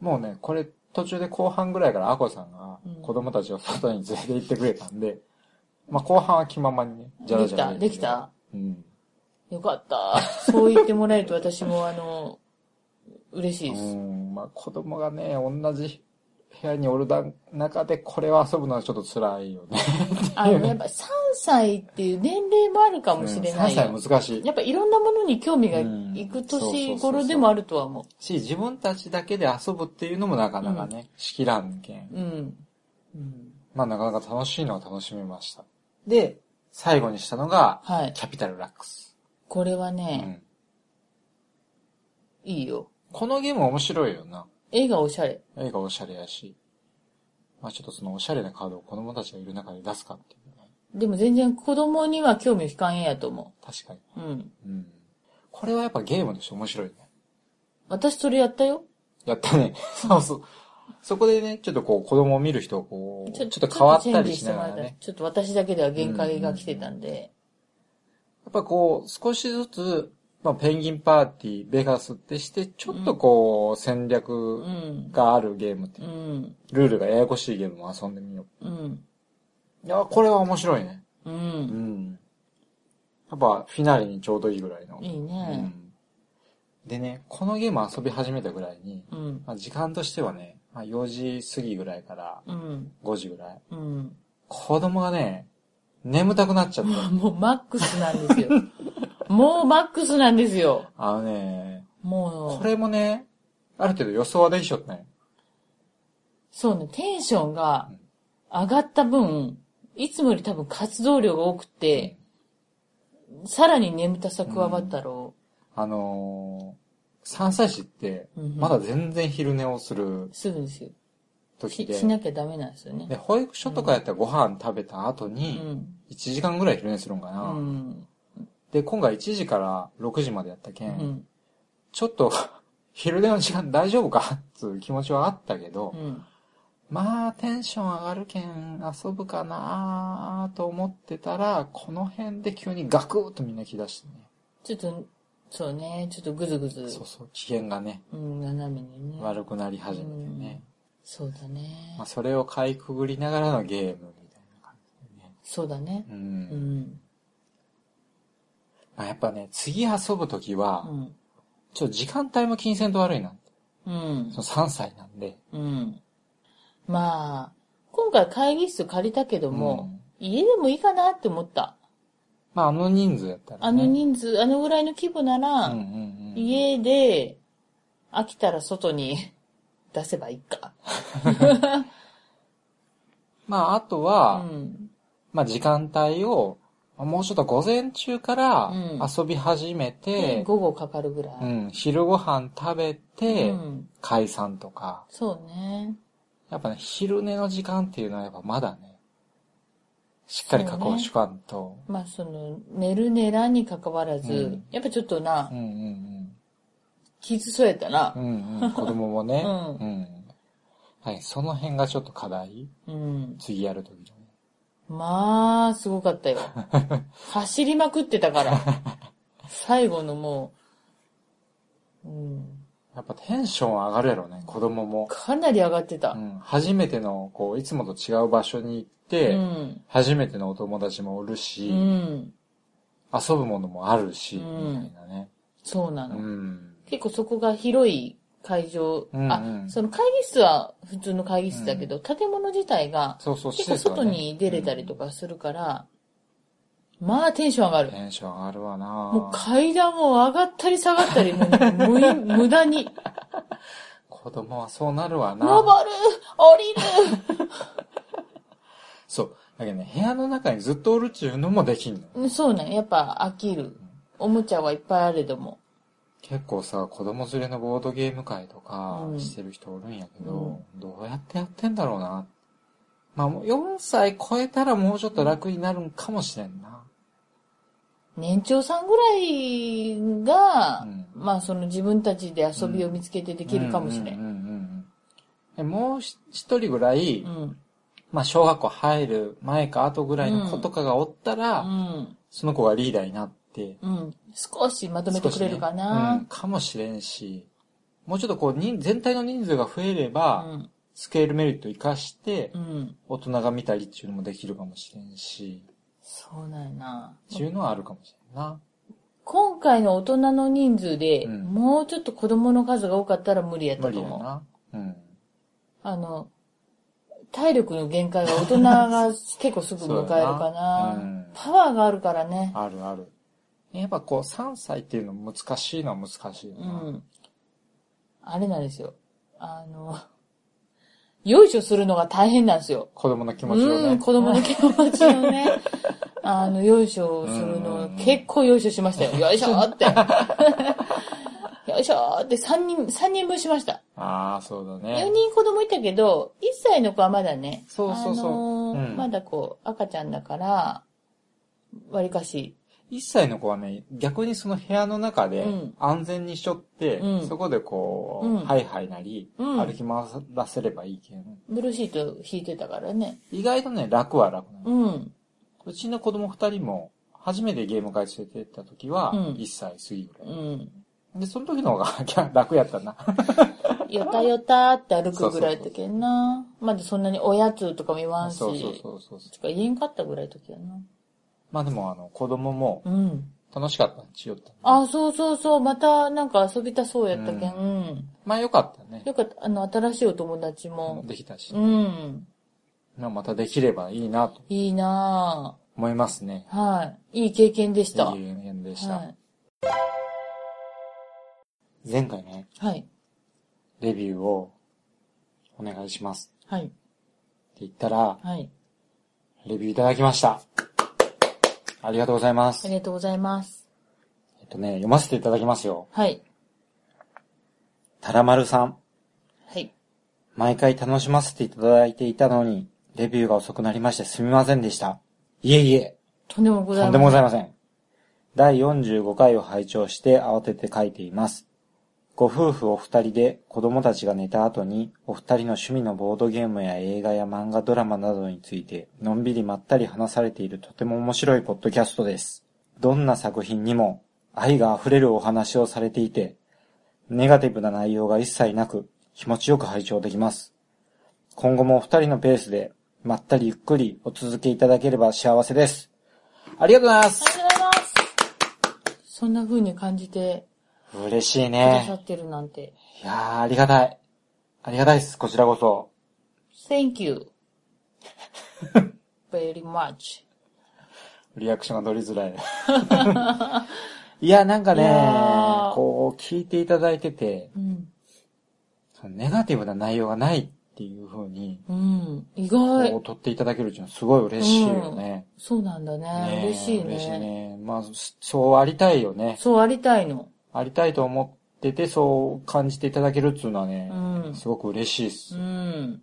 [SPEAKER 1] もうね、これ、途中で後半ぐらいからアコさんが
[SPEAKER 2] うん
[SPEAKER 1] 子供たちを外に連れて行ってくれたんで、まあ後半は気ままにね、じゃらじゃら
[SPEAKER 2] できた
[SPEAKER 1] うん。
[SPEAKER 2] よかった。そう言ってもらえると私も、あの、嬉しいで
[SPEAKER 1] う
[SPEAKER 2] す。
[SPEAKER 1] ん、まあ子供がね、同じ部屋におるだ中でこれを遊ぶのはちょっと辛いよね。
[SPEAKER 2] あの、やっぱ3歳っていう年齢もあるかもしれないよ。
[SPEAKER 1] 3歳難しい。
[SPEAKER 2] やっぱいろんなものに興味が
[SPEAKER 1] うん
[SPEAKER 2] いく
[SPEAKER 1] そうそうそう
[SPEAKER 2] 年
[SPEAKER 1] そう
[SPEAKER 2] 頃でもあるとは思
[SPEAKER 1] し、自分たちだけで遊ぶっていうのもなかなかね、仕切らんけん。
[SPEAKER 2] う。うん。うん、
[SPEAKER 1] まあなかなか楽しいのは楽しめました。で、最後にしたのが、
[SPEAKER 2] はい。
[SPEAKER 1] キャピタルラックス。
[SPEAKER 2] これは
[SPEAKER 1] う
[SPEAKER 2] ね、
[SPEAKER 1] ん。
[SPEAKER 2] いいよ。
[SPEAKER 1] このゲーム面白いよな。
[SPEAKER 2] 絵がおしゃれ。
[SPEAKER 1] 絵がおしゃれやし。まあちょっとそのおしゃれなカードを子供たちがいる中で出すかっていうね。
[SPEAKER 2] でも全然子供には興味惹かん絵やと思
[SPEAKER 1] 確かに。
[SPEAKER 2] う。うん。
[SPEAKER 1] うん。これはやっぱゲームとして面白いね。
[SPEAKER 2] 私それやったよ。
[SPEAKER 1] やったね。そうそう。そこでね、ちょっとこう子供を見る人をこう、ちょっと変わったりしな
[SPEAKER 2] ちょっとチェ
[SPEAKER 1] がら
[SPEAKER 2] ンジしてもらいた
[SPEAKER 1] ね
[SPEAKER 2] い。ちょっと私だけでは限界が来てたんで。
[SPEAKER 1] やっぱこう、少しずつ、まあペンギンパーティー、ベガスってして、ちょっとこう、戦
[SPEAKER 2] う
[SPEAKER 1] 略
[SPEAKER 2] ん。
[SPEAKER 1] があるゲームっていうう、
[SPEAKER 2] ん。
[SPEAKER 1] ルールがややこしいゲームも遊んでみよ
[SPEAKER 2] うん。
[SPEAKER 1] う。いや、これは面白いね。
[SPEAKER 2] う。
[SPEAKER 1] うんん。やっぱ、フィナーレにちょうどいいぐらいの。
[SPEAKER 2] いいうね。
[SPEAKER 1] ん。でね、このゲーム遊び始めたぐらいに、
[SPEAKER 2] うん。
[SPEAKER 1] まあ、時間としてはね、まあ、4時過ぎぐらいから
[SPEAKER 2] うん。
[SPEAKER 1] 5時ぐらい。
[SPEAKER 2] うん。
[SPEAKER 1] 子供がね、眠たくなっちゃって。
[SPEAKER 2] もうマックスなんですよ。もうマックスなんですよ。
[SPEAKER 1] あのね、
[SPEAKER 2] も
[SPEAKER 1] こ
[SPEAKER 2] う、
[SPEAKER 1] れもね、ある程度予想はできちゃったね。
[SPEAKER 2] そうね、テンションが上がった分、いつもより多分活動量が多くて、さらに眠たさ加わったろ
[SPEAKER 1] あのー、3歳児って、
[SPEAKER 2] うんうん
[SPEAKER 1] まだ全然昼寝をする
[SPEAKER 2] う。するんですよ。
[SPEAKER 1] 時
[SPEAKER 2] し
[SPEAKER 1] で、
[SPEAKER 2] しなきゃダメなんですよね
[SPEAKER 1] で、。保育所とかやったらご飯食べた後
[SPEAKER 2] う
[SPEAKER 1] に、
[SPEAKER 2] ん。
[SPEAKER 1] 1時間ぐらい昼寝するんか
[SPEAKER 2] う
[SPEAKER 1] な。
[SPEAKER 2] ん。
[SPEAKER 1] で、今回1時から6時までやったけ、
[SPEAKER 2] うんん。
[SPEAKER 1] ちょっと、 昼寝の時間大丈夫か っていう気持ちはあったけど、
[SPEAKER 2] うん。
[SPEAKER 1] まあ、テンション上がるけん、遊ぶかなと思ってたら、この辺で急にガクッとみんな来だしてね。
[SPEAKER 2] ちょっと、そうね、ちょっとぐずぐず、
[SPEAKER 1] そうそう、危険がね、
[SPEAKER 2] うん、斜めにね。
[SPEAKER 1] 悪くなり始めてね。
[SPEAKER 2] そうだね
[SPEAKER 1] まあ、。それをかいくぐりながらのゲームみたいな感じでね。
[SPEAKER 2] そうだね
[SPEAKER 1] う。。
[SPEAKER 2] うんん。
[SPEAKER 1] まあ、やっぱね、次遊ぶとき
[SPEAKER 2] う
[SPEAKER 1] は、
[SPEAKER 2] ん。
[SPEAKER 1] ちょっと時間帯も金銭と悪いな。
[SPEAKER 2] うん
[SPEAKER 1] そ。の3歳なんで。
[SPEAKER 2] うん。まあ、今回会議室借りたけども、
[SPEAKER 1] うん
[SPEAKER 2] 家でもいいかなって思った。
[SPEAKER 1] まあ、あの人数やったらね。
[SPEAKER 2] あの人数、あのぐらいの規模なら、
[SPEAKER 1] うんうんうん。
[SPEAKER 2] 家で飽きたら外に 出せばいいか。
[SPEAKER 1] まあ、あと
[SPEAKER 2] う
[SPEAKER 1] は、
[SPEAKER 2] ん。
[SPEAKER 1] まあ、時間帯を、まあもうちょっと午前中から
[SPEAKER 2] うん
[SPEAKER 1] 遊び始め
[SPEAKER 2] で
[SPEAKER 1] て、
[SPEAKER 2] 午後かかるぐら
[SPEAKER 1] う
[SPEAKER 2] い。
[SPEAKER 1] ん、昼ご飯食べて、
[SPEAKER 2] うん。
[SPEAKER 1] 解散とか。
[SPEAKER 2] そうね。
[SPEAKER 1] やっぱね、昼寝の時間っていうのはやっぱまだね、しっかり確保しかんと。
[SPEAKER 2] まあその、寝る寝らんに関わらず、
[SPEAKER 1] うん
[SPEAKER 2] やっぱちょっとな
[SPEAKER 1] う、んうん
[SPEAKER 2] きつそうやったな
[SPEAKER 1] う。ん。うんうん、子供もね。
[SPEAKER 2] うん
[SPEAKER 1] はい、その辺がちょっと課題
[SPEAKER 2] うん。
[SPEAKER 1] 次やるときのね。
[SPEAKER 2] まあ、すごかった よ。走りまくってたから。最後のもう、うん、
[SPEAKER 1] やっぱテンション上がるやろね、子供も。
[SPEAKER 2] かなり上がってた
[SPEAKER 1] う。ん、初めての、こう、いつもと違う場所に行っ
[SPEAKER 2] う
[SPEAKER 1] て、
[SPEAKER 2] ん。
[SPEAKER 1] 初めてのお友達もおるし、
[SPEAKER 2] うん。
[SPEAKER 1] 遊ぶものもあるし、
[SPEAKER 2] うん
[SPEAKER 1] みたいなね。
[SPEAKER 2] そうな
[SPEAKER 1] う
[SPEAKER 2] の。
[SPEAKER 1] ん。
[SPEAKER 2] 結構そこが広い会場。
[SPEAKER 1] うんうん
[SPEAKER 2] あ、その会議室は普通の会議室だけど、建物自体が
[SPEAKER 1] そうそう、
[SPEAKER 2] 結構
[SPEAKER 1] 施設は
[SPEAKER 2] 外
[SPEAKER 1] ね
[SPEAKER 2] に出れたりと
[SPEAKER 1] うん
[SPEAKER 2] かするから、まあテンション上がる。
[SPEAKER 1] テンション上がるわな
[SPEAKER 2] もう階段も上がったり下が ったり、もう無い無駄に、
[SPEAKER 1] 子供はそうなるわな
[SPEAKER 2] 登る降り
[SPEAKER 1] そう。だけどね、部屋の中にずっとおるっちゅうのもできんの。
[SPEAKER 2] るうんそうなんやっぱ飽きる。おもちゃはいっぱいあれども。
[SPEAKER 1] 結構さ、子供連れのボードゲーム会とか
[SPEAKER 2] うん
[SPEAKER 1] してる人おるんやけど、どうやってやってんだろうな。まあもう4歳超えたらもうちょっと楽になるんかもしれんな。
[SPEAKER 2] 年長さんぐらいが、
[SPEAKER 1] うん
[SPEAKER 2] まあその自分たちで遊びを見つけてで
[SPEAKER 1] で
[SPEAKER 2] きるかもしれん。
[SPEAKER 1] もうひ一人ぐらい、
[SPEAKER 2] うん。
[SPEAKER 1] まあ小学校入る前か後ぐらいの子とかがおったら、
[SPEAKER 2] うん。
[SPEAKER 1] その子がリーダーになって、
[SPEAKER 2] うん。少しまとめてくれるか
[SPEAKER 1] 少しねうん
[SPEAKER 2] な。
[SPEAKER 1] かもしれんし、もうちょっとこう人、全体の人数が増えれば、
[SPEAKER 2] うん。
[SPEAKER 1] スケールメリットを活かして
[SPEAKER 2] う、ん。
[SPEAKER 1] 大人が見たりっていうのもできるかもしれんし、
[SPEAKER 2] そうなんやな。
[SPEAKER 1] っていうのはあるかもしれんな。
[SPEAKER 2] 今回の大人の人数で、
[SPEAKER 1] うん
[SPEAKER 2] もうちょっと子供の数が多かったら無理やった
[SPEAKER 1] 無
[SPEAKER 2] と
[SPEAKER 1] 理や
[SPEAKER 2] 思う。
[SPEAKER 1] な。うん。
[SPEAKER 2] あの、体力の限界は大人が結構すぐ迎えるかな。
[SPEAKER 1] そうやなうん
[SPEAKER 2] パワーがあるからね。
[SPEAKER 1] あるある。やっぱこう、3歳っていうのも難しいのは難しいよ
[SPEAKER 2] う
[SPEAKER 1] な。
[SPEAKER 2] ん。あれなんですよ。あの、 よいしょするのが大変なんですよ。
[SPEAKER 1] 子供の気持ちを
[SPEAKER 2] うん、
[SPEAKER 1] ね。
[SPEAKER 2] 子供の気持ちをね。あの、よいしょする
[SPEAKER 1] うんう
[SPEAKER 2] の
[SPEAKER 1] んうん、
[SPEAKER 2] 結構よいしょしましたよ。よいしょ って。よいしょって3人、三人分しました。
[SPEAKER 1] ああ、そうだ
[SPEAKER 2] 4
[SPEAKER 1] ね。
[SPEAKER 2] 人子供いたけど、1歳の子はまだね、
[SPEAKER 1] そうそうそう
[SPEAKER 2] あのー
[SPEAKER 1] うん
[SPEAKER 2] まだこう、赤ちゃんだから、わりかし、
[SPEAKER 1] 1歳の子はね、逆にその部屋の中で
[SPEAKER 2] うん
[SPEAKER 1] 安全にしょって、
[SPEAKER 2] うん
[SPEAKER 1] そこでこう、
[SPEAKER 2] うん
[SPEAKER 1] ハイハイなり、
[SPEAKER 2] うん
[SPEAKER 1] 歩き回らせればいいけど、
[SPEAKER 2] ブルーシート引いてたからね。
[SPEAKER 1] 意外とね、楽は楽なの
[SPEAKER 2] うん。
[SPEAKER 1] うちの子供二人も、初めてゲーム会連れてった時は、
[SPEAKER 2] うん
[SPEAKER 1] 1歳過ぎぐらい。
[SPEAKER 2] うん。
[SPEAKER 1] で、その時の方が 逆楽やったな。
[SPEAKER 2] よたよたって歩くぐらいだけどな。まだそんなにおやつとかも言わんし。
[SPEAKER 1] そうそうそうそう。
[SPEAKER 2] つか言えんかったぐらいの時やな。
[SPEAKER 1] まあでも、あの、子供も
[SPEAKER 2] うん。
[SPEAKER 1] 楽しかったんちよった。
[SPEAKER 2] あ、そうそうそう。またなんか遊びたそうやったけん。
[SPEAKER 1] う
[SPEAKER 2] うん。
[SPEAKER 1] まあよかったね。
[SPEAKER 2] よかった。あの、新しいお友達も。
[SPEAKER 1] できたし。
[SPEAKER 2] うん。
[SPEAKER 1] まあまたできればいいなと
[SPEAKER 2] いいな
[SPEAKER 1] 思いますね。
[SPEAKER 2] ぁ。はい。いい経験でし
[SPEAKER 1] いい
[SPEAKER 2] た。
[SPEAKER 1] 縁でした。
[SPEAKER 2] はい。
[SPEAKER 1] 前回ね、
[SPEAKER 2] はい。
[SPEAKER 1] レビューをお願いします
[SPEAKER 2] はい。
[SPEAKER 1] って言ったら、
[SPEAKER 2] はい。
[SPEAKER 1] レビューいただきました。ありがとうございま
[SPEAKER 2] あ
[SPEAKER 1] す。
[SPEAKER 2] りがとうございます。
[SPEAKER 1] えっとね、読ませていただきますよ。
[SPEAKER 2] はい。
[SPEAKER 1] たらまるさん。
[SPEAKER 2] はい。
[SPEAKER 1] 毎回楽しませていただいていたのに、レビューが遅くなりましてすみませんでした。いえいえ、
[SPEAKER 2] とんでもござ
[SPEAKER 1] と
[SPEAKER 2] い
[SPEAKER 1] んでも
[SPEAKER 2] ませ
[SPEAKER 1] ご
[SPEAKER 2] ん。
[SPEAKER 1] ざいません。第45回を拝聴して慌てて書いています。ご夫婦お二人で子供たちが寝た後に、お二人の趣味のボードゲームや映画や漫画ドラマなどについて、のんびりまったり話されているとても面白いポッドキャストです。どんな作品にも愛が溢れるお話をされていて、ネガティブな内容が一切なく、気持ちよく拝聴できます。今後もお二人のペースで、まったりゆっくりお続けいただければ幸せです。ありがとうございます。
[SPEAKER 2] ありがとうございます。そんな風に感じて
[SPEAKER 1] 嬉しい
[SPEAKER 2] くださ
[SPEAKER 1] ね。
[SPEAKER 2] ってるなんて。
[SPEAKER 1] いやー、ありがたい。ありがたいです、こちらこそ。
[SPEAKER 2] Thank you. very much.
[SPEAKER 1] リアクションが取りづら い。いや、なんかね
[SPEAKER 2] いやー、
[SPEAKER 1] こう、聞いていただいてて、
[SPEAKER 2] うん。
[SPEAKER 1] そのネガティブな内容がないっていう風に、
[SPEAKER 2] うん。意
[SPEAKER 1] こ
[SPEAKER 2] 外
[SPEAKER 1] う、。取っていただけるっていうのはすごい嬉しいよね。
[SPEAKER 2] そうなんだね
[SPEAKER 1] ね。
[SPEAKER 2] 嬉しい
[SPEAKER 1] 嬉しい
[SPEAKER 2] ね。
[SPEAKER 1] ね。まあ、そそうありたいよね。
[SPEAKER 2] そうありたいの。
[SPEAKER 1] ありたいと思ってて、そう感じていただけるっていうのはね、
[SPEAKER 2] うん
[SPEAKER 1] すごく嬉しいです。
[SPEAKER 2] うん。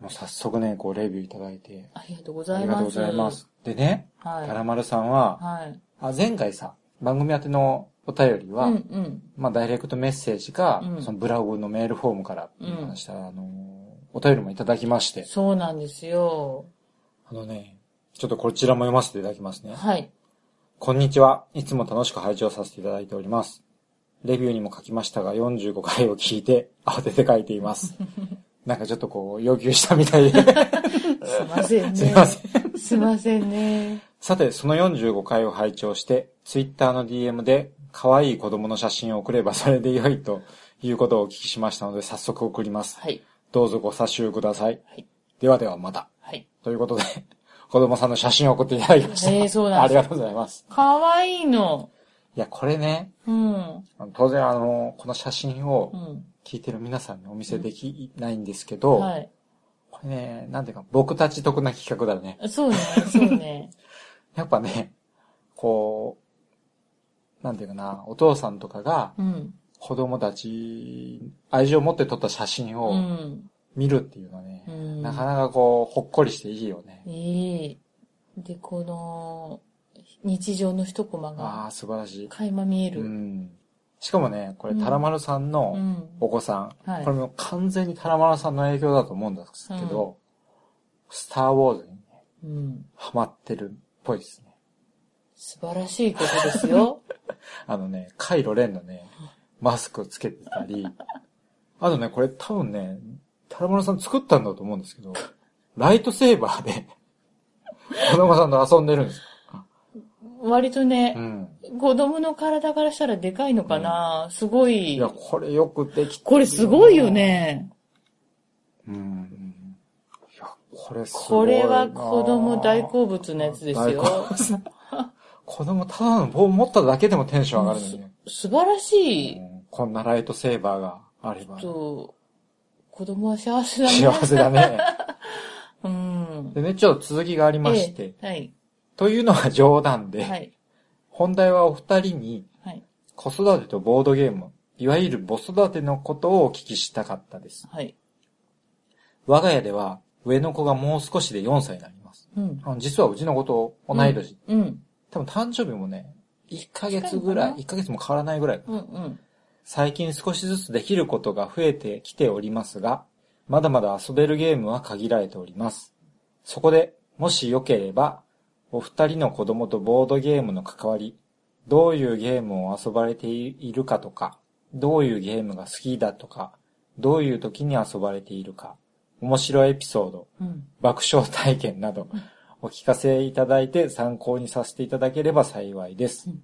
[SPEAKER 1] もう早速ね、こう、レビューいただいて。
[SPEAKER 2] ありがとうご
[SPEAKER 1] あ
[SPEAKER 2] ざい
[SPEAKER 1] りが
[SPEAKER 2] ます。
[SPEAKER 1] とうございま。す。でね、
[SPEAKER 2] はい
[SPEAKER 1] たらまるさんは、
[SPEAKER 2] はい。
[SPEAKER 1] あ前回さ、番組宛てのお便りは、
[SPEAKER 2] うんうん。
[SPEAKER 1] まあ、ダイレクトメッセージか、
[SPEAKER 2] うん
[SPEAKER 1] そのブラウのメールフォームからっていう話したら、あのー、お便りもいただきまして、
[SPEAKER 2] そうなんですよ。
[SPEAKER 1] あのね、ちょっとこちらも読ませていただきますね。
[SPEAKER 2] はい。
[SPEAKER 1] こんにちは。いつも楽しく拝聴させていただいております。レビューにも書きましたが、45回を聞いて、慌てて書いて います。なんかちょっとこう、要求したみたいで。
[SPEAKER 2] すいませんね。
[SPEAKER 1] すいませ
[SPEAKER 2] ん。すいませんね。
[SPEAKER 1] さて、その45回を拝聴して、Twitter の DM で、可愛い子供の写真を送ればそれで良いということをお聞きしましたので、早速送ります。
[SPEAKER 2] はい。
[SPEAKER 1] どうぞご差しください。
[SPEAKER 2] はい。
[SPEAKER 1] ではではまた。
[SPEAKER 2] はい。
[SPEAKER 1] ということで、 子供さんの写真を送っていただきました。
[SPEAKER 2] えーそうなん
[SPEAKER 1] あ
[SPEAKER 2] です
[SPEAKER 1] りがとうございます。
[SPEAKER 2] かわいいの。
[SPEAKER 1] いや、これね、
[SPEAKER 2] うん。
[SPEAKER 1] あの当然あの、この写真を
[SPEAKER 2] うん。
[SPEAKER 1] 聞いてる皆さんにお見せできないんですけど、
[SPEAKER 2] はい。
[SPEAKER 1] これね、なんていうか、僕たち得な企画だね。
[SPEAKER 2] そうね、そう ね。
[SPEAKER 1] やっぱね、こう、なんていうかな、お父さんとかが
[SPEAKER 2] うん。
[SPEAKER 1] 子供たち、愛情を持って撮った写真
[SPEAKER 2] う
[SPEAKER 1] を
[SPEAKER 2] ん。
[SPEAKER 1] 見るっていうのはね、
[SPEAKER 2] うん
[SPEAKER 1] なかなかこう、ほっこりしていいよね。
[SPEAKER 2] いい。で、この、日常の一コマ
[SPEAKER 1] あ
[SPEAKER 2] が、
[SPEAKER 1] あ、素晴らしい。
[SPEAKER 2] 垣間見える。
[SPEAKER 1] う
[SPEAKER 2] うん。
[SPEAKER 1] ん。しかもね、これ、
[SPEAKER 2] うん
[SPEAKER 1] タラマルさんのお子さん、
[SPEAKER 2] はい
[SPEAKER 1] これもう完全にタラマルさんの影響だと思うんですけど、スターウォーズに
[SPEAKER 2] うん。
[SPEAKER 1] ハマってるっぽいですね。
[SPEAKER 2] 素晴らしいことです よ。
[SPEAKER 1] あのね、カイロレンのね、マスクつけてたり、あとね、これ多分ね、タラマルさん作ったんだと思うんですけど、ライトセーバーで、子供さんと遊んでるんです。
[SPEAKER 2] 割とね
[SPEAKER 1] う、ん。
[SPEAKER 2] 子供の体からしたらでかいのかな、すご
[SPEAKER 1] い
[SPEAKER 2] い
[SPEAKER 1] や、。これよくできてる
[SPEAKER 2] これすごいよ。ね。
[SPEAKER 1] うん。いや、これすご
[SPEAKER 2] こ
[SPEAKER 1] いな
[SPEAKER 2] れは子供大好物のやつですよ。
[SPEAKER 1] 子供ただの棒持っただけでもテンション上がるのにね、
[SPEAKER 2] 素晴らしい。
[SPEAKER 1] うんこんなライトセーバーがあれば
[SPEAKER 2] ち、ょっと、子供は幸せだね。
[SPEAKER 1] 幸せだね。
[SPEAKER 2] うん。
[SPEAKER 1] でね、ちょっと続きがありまして、
[SPEAKER 2] ええはい。
[SPEAKER 1] というのは冗談で、
[SPEAKER 2] はい。
[SPEAKER 1] 本題はお二人に
[SPEAKER 2] はい。
[SPEAKER 1] 子育てとボードゲーム、いわゆる母育てのことをお聞きしたかったです。
[SPEAKER 2] はい。
[SPEAKER 1] 我が家では上の子がもう少しで4歳になります。
[SPEAKER 2] うん。
[SPEAKER 1] あの実はうちの子と同い年、
[SPEAKER 2] うん。
[SPEAKER 1] 多分誕生日もね、1ヶ月ぐらい、
[SPEAKER 2] 近い
[SPEAKER 1] 1ヶ月も変わらないぐらい。
[SPEAKER 2] うん。うん。
[SPEAKER 1] 最近少しずつできることが増えてきておりますが、まだまだ遊べるゲームは限られております。そこで、もしよければ、お二人の子供とボードゲームの関わり、どういうゲームを遊ばれているかとか、どういうゲームが好きだとか、どういう時に遊ばれているか、面白いエピソード、
[SPEAKER 2] うん。
[SPEAKER 1] 爆笑体験など、お聞かせいただいて参考にさせていただければ幸いです
[SPEAKER 2] うん。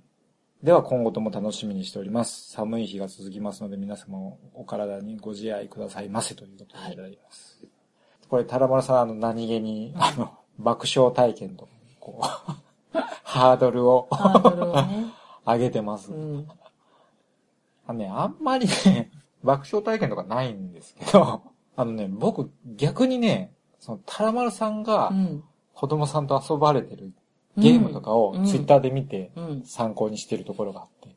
[SPEAKER 1] では今後とも楽しみにしております。寒い日が続きますので皆様お体にご自愛くださいませということでいただきます。これ、タラマラさん、あの、何気に、あの、爆笑体験と、こう、 ハードルを
[SPEAKER 2] ハードルをね。
[SPEAKER 1] 上げてます
[SPEAKER 2] う。ん。
[SPEAKER 1] あのね、あんまりね、爆笑体験とかないんですけど、あのね、僕、逆にね、その、タラマラさんが
[SPEAKER 2] う、ん。
[SPEAKER 1] 子供さんと遊ばれてるゲームとかをツイッターで見て
[SPEAKER 2] うん。
[SPEAKER 1] 参考にしてるところがあって、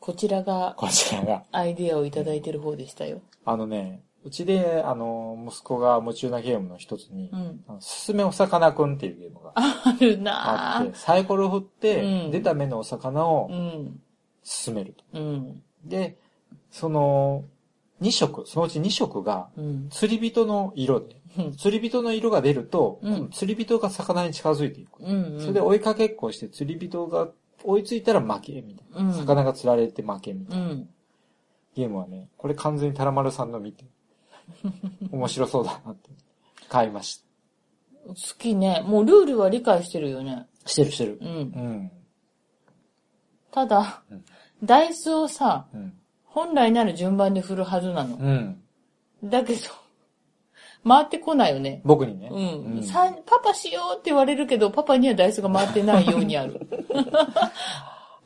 [SPEAKER 2] こちらが
[SPEAKER 1] こちらが。
[SPEAKER 2] アイディアをいただいてる方でしたよ。
[SPEAKER 1] あのね、うちで、あの、息子が夢中なゲームの一つに
[SPEAKER 2] う、ん。
[SPEAKER 1] あのすすめお魚くんっていうゲームが
[SPEAKER 2] あるな
[SPEAKER 1] あっ
[SPEAKER 2] ぁ
[SPEAKER 1] て、。サイコロを振っ
[SPEAKER 2] う
[SPEAKER 1] て、
[SPEAKER 2] ん
[SPEAKER 1] 出た目のお魚を
[SPEAKER 2] うん。
[SPEAKER 1] 進めると。
[SPEAKER 2] うん。
[SPEAKER 1] で、その、2色、そのうち2色が、
[SPEAKER 2] うん。
[SPEAKER 1] 釣り人の色で、
[SPEAKER 2] うん。
[SPEAKER 1] 釣り人の色が出ると、
[SPEAKER 2] うん
[SPEAKER 1] 釣り人が魚に近づいていく。
[SPEAKER 2] うん。
[SPEAKER 1] それで追いかけっこして釣り人が追いついたら負け、みた
[SPEAKER 2] う
[SPEAKER 1] い
[SPEAKER 2] ん
[SPEAKER 1] な。魚が釣られて負け、みたいな。
[SPEAKER 2] うん。
[SPEAKER 1] ゲームはね、これ完全にタラマルさん の見て、面白そうだなって、買いまし
[SPEAKER 2] 好きね。もうルールは理解してるよね。
[SPEAKER 1] た。してるしてる
[SPEAKER 2] う。ん
[SPEAKER 1] う。ん。
[SPEAKER 2] ただ
[SPEAKER 1] うん、
[SPEAKER 2] ダイスをさ、
[SPEAKER 1] うん。
[SPEAKER 2] 本来なら順番で振るはずなの。
[SPEAKER 1] うん。
[SPEAKER 2] だけど、回ってこないよね。
[SPEAKER 1] 僕にね。
[SPEAKER 2] うん。
[SPEAKER 1] うん
[SPEAKER 2] さパパしようって言われるけど、パパにはダイスが回ってないようにあ る。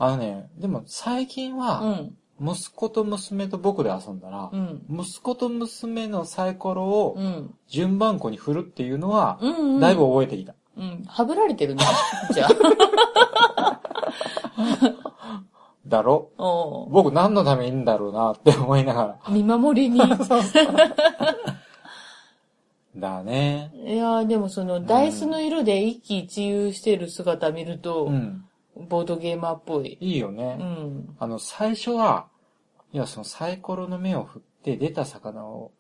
[SPEAKER 1] あのね、でも最近
[SPEAKER 2] う
[SPEAKER 1] は、
[SPEAKER 2] ん。
[SPEAKER 1] 息子と娘と僕で遊んだら
[SPEAKER 2] う、ん。
[SPEAKER 1] 息子と娘のサイコロ
[SPEAKER 2] う
[SPEAKER 1] を
[SPEAKER 2] ん。
[SPEAKER 1] 順番こに振るっていうのは
[SPEAKER 2] う、ん、うん。
[SPEAKER 1] だいぶ覚えてきた。
[SPEAKER 2] うん。はぶられてるね。じゃ
[SPEAKER 1] だろ
[SPEAKER 2] あ。おう
[SPEAKER 1] 僕何のためにいるんだろうなって思いなが
[SPEAKER 2] 見守り に。
[SPEAKER 1] ら。だね。
[SPEAKER 2] いやーでもその、ダイスの色で一喜一憂してる姿見る
[SPEAKER 1] う
[SPEAKER 2] と、
[SPEAKER 1] ん。
[SPEAKER 2] ボードゲーマーっぽい。
[SPEAKER 1] いいよね。
[SPEAKER 2] うん。
[SPEAKER 1] あの、最初は、いや、そのサイコロの目を振って出た魚を、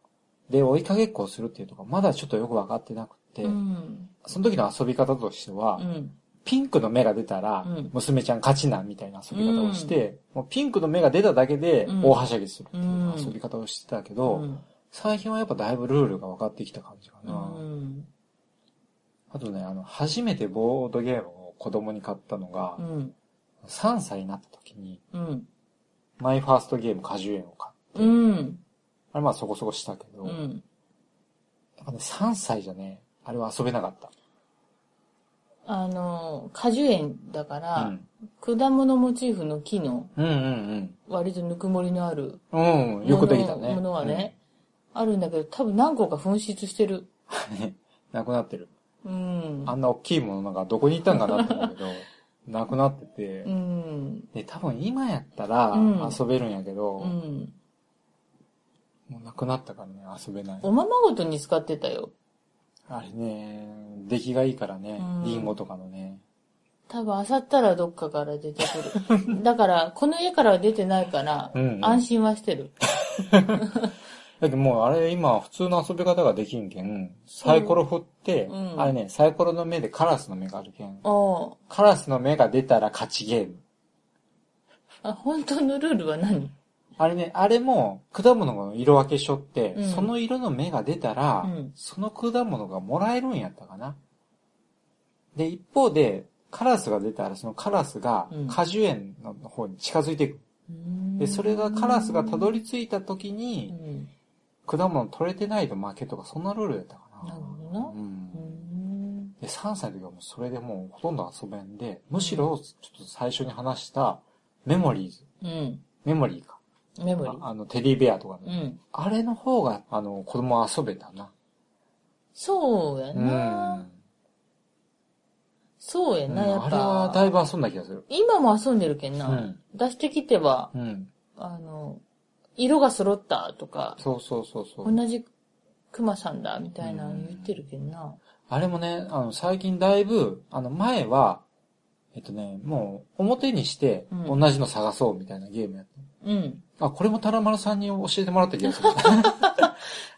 [SPEAKER 1] で、追いかけっこをするっていうとか、まだちょっとよくわかってなくって、
[SPEAKER 2] うん。
[SPEAKER 1] その時の遊び方としては、
[SPEAKER 2] うん。
[SPEAKER 1] ピンクの目が出たら
[SPEAKER 2] うん、
[SPEAKER 1] 娘ちゃん勝ちな、みたいな遊び方をして、もうピンクの目が出ただけで
[SPEAKER 2] うん、
[SPEAKER 1] 大はしゃぎするっていう遊び方をしてたけど、
[SPEAKER 2] うん
[SPEAKER 1] 最近はやっぱだいぶルールが分かってきた感じか
[SPEAKER 2] う
[SPEAKER 1] な。
[SPEAKER 2] ん。
[SPEAKER 1] あとね、あの、初めてボードゲームを子供に買ったのが
[SPEAKER 2] う、ん。
[SPEAKER 1] 3歳になった時に、
[SPEAKER 2] うん。
[SPEAKER 1] マイファーストゲーム果樹園を買った。
[SPEAKER 2] うん。
[SPEAKER 1] あれまあそこそこしたけど、
[SPEAKER 2] う
[SPEAKER 1] やっ
[SPEAKER 2] ん。
[SPEAKER 1] ぱね、3歳じゃね、あれは遊べなかった。
[SPEAKER 2] あの、果樹園だか
[SPEAKER 1] う
[SPEAKER 2] ら、
[SPEAKER 1] ん。
[SPEAKER 2] 果物モチーフの木の
[SPEAKER 1] うんうん
[SPEAKER 2] 割とぬくもりのある
[SPEAKER 1] うん。うん、よくできたね。
[SPEAKER 2] ものはね、あるんだけど、多分何個か紛失してる。
[SPEAKER 1] うん。なくなってる。
[SPEAKER 2] うん。
[SPEAKER 1] あんな大きいものなんかどこに行ったんかなって思うけど、なくなってて
[SPEAKER 2] う、ん。
[SPEAKER 1] で、多分今やったら
[SPEAKER 2] うん
[SPEAKER 1] 遊べるんやけど、
[SPEAKER 2] うん。
[SPEAKER 1] もうなくなったからね、遊べない。
[SPEAKER 2] おままごとに使ってたよ。
[SPEAKER 1] あれね、出来がいいからね
[SPEAKER 2] うん、
[SPEAKER 1] リンゴとかのね。
[SPEAKER 2] 多分、あさったらどっかから出てくる。 だから、この家からは出てないから、
[SPEAKER 1] うんうん
[SPEAKER 2] 安心はしてる。
[SPEAKER 1] だけどもうあれ今普通の遊び方ができんけん、サイコロ振って、
[SPEAKER 2] うん
[SPEAKER 1] あれね、サイコロの目でカラスの目があるけん、
[SPEAKER 2] あ
[SPEAKER 1] カラスの目が出たら勝ちゲーム。
[SPEAKER 2] あ。あ、本当のルールは何
[SPEAKER 1] あれね、あれも果物の色分けしょって、
[SPEAKER 2] うん
[SPEAKER 1] その色の目が出たら、
[SPEAKER 2] うん
[SPEAKER 1] その果物がもらえるんやったかな。で、一方で、カラスが出たら、そのカラスが
[SPEAKER 2] うん
[SPEAKER 1] 果樹園の方に近づいていく。で、それがカラスがたどり着いた時に
[SPEAKER 2] う、ん。
[SPEAKER 1] 果物取れてないと負けとか、そんなルールやったかな。
[SPEAKER 2] なるほどな
[SPEAKER 1] うん
[SPEAKER 2] うん。
[SPEAKER 1] で、3歳の時はもうそれでもうほとんど遊べんで、むしろちょっと最初に話したメモリーズ、
[SPEAKER 2] うん。
[SPEAKER 1] メモリーか。
[SPEAKER 2] メモリ
[SPEAKER 1] ああの、テディベアとかの、
[SPEAKER 2] ー。うん。
[SPEAKER 1] あれの方が、あの、子供は遊べたな。
[SPEAKER 2] そうや
[SPEAKER 1] う
[SPEAKER 2] な。
[SPEAKER 1] ん。
[SPEAKER 2] そうや
[SPEAKER 1] うん
[SPEAKER 2] な、やっ
[SPEAKER 1] あれはだ
[SPEAKER 2] ぱ。
[SPEAKER 1] いぶ遊んだ気がする。
[SPEAKER 2] 今も遊んでるけんな。
[SPEAKER 1] うん
[SPEAKER 2] 出してきては、
[SPEAKER 1] うん。
[SPEAKER 2] あの、色が揃ったとか、
[SPEAKER 1] そうそうそうそう。
[SPEAKER 2] 同じ熊さんだ、みたいなの言ってるけんな。
[SPEAKER 1] あれもね、あの、最近だいぶ、あの、前は、えっとね、もう、表にして、
[SPEAKER 2] う
[SPEAKER 1] 同
[SPEAKER 2] ん
[SPEAKER 1] じの探そうみたいなゲームやっ
[SPEAKER 2] うん。
[SPEAKER 1] た。あ、これもタラマルさんに教えてもらった気 がする。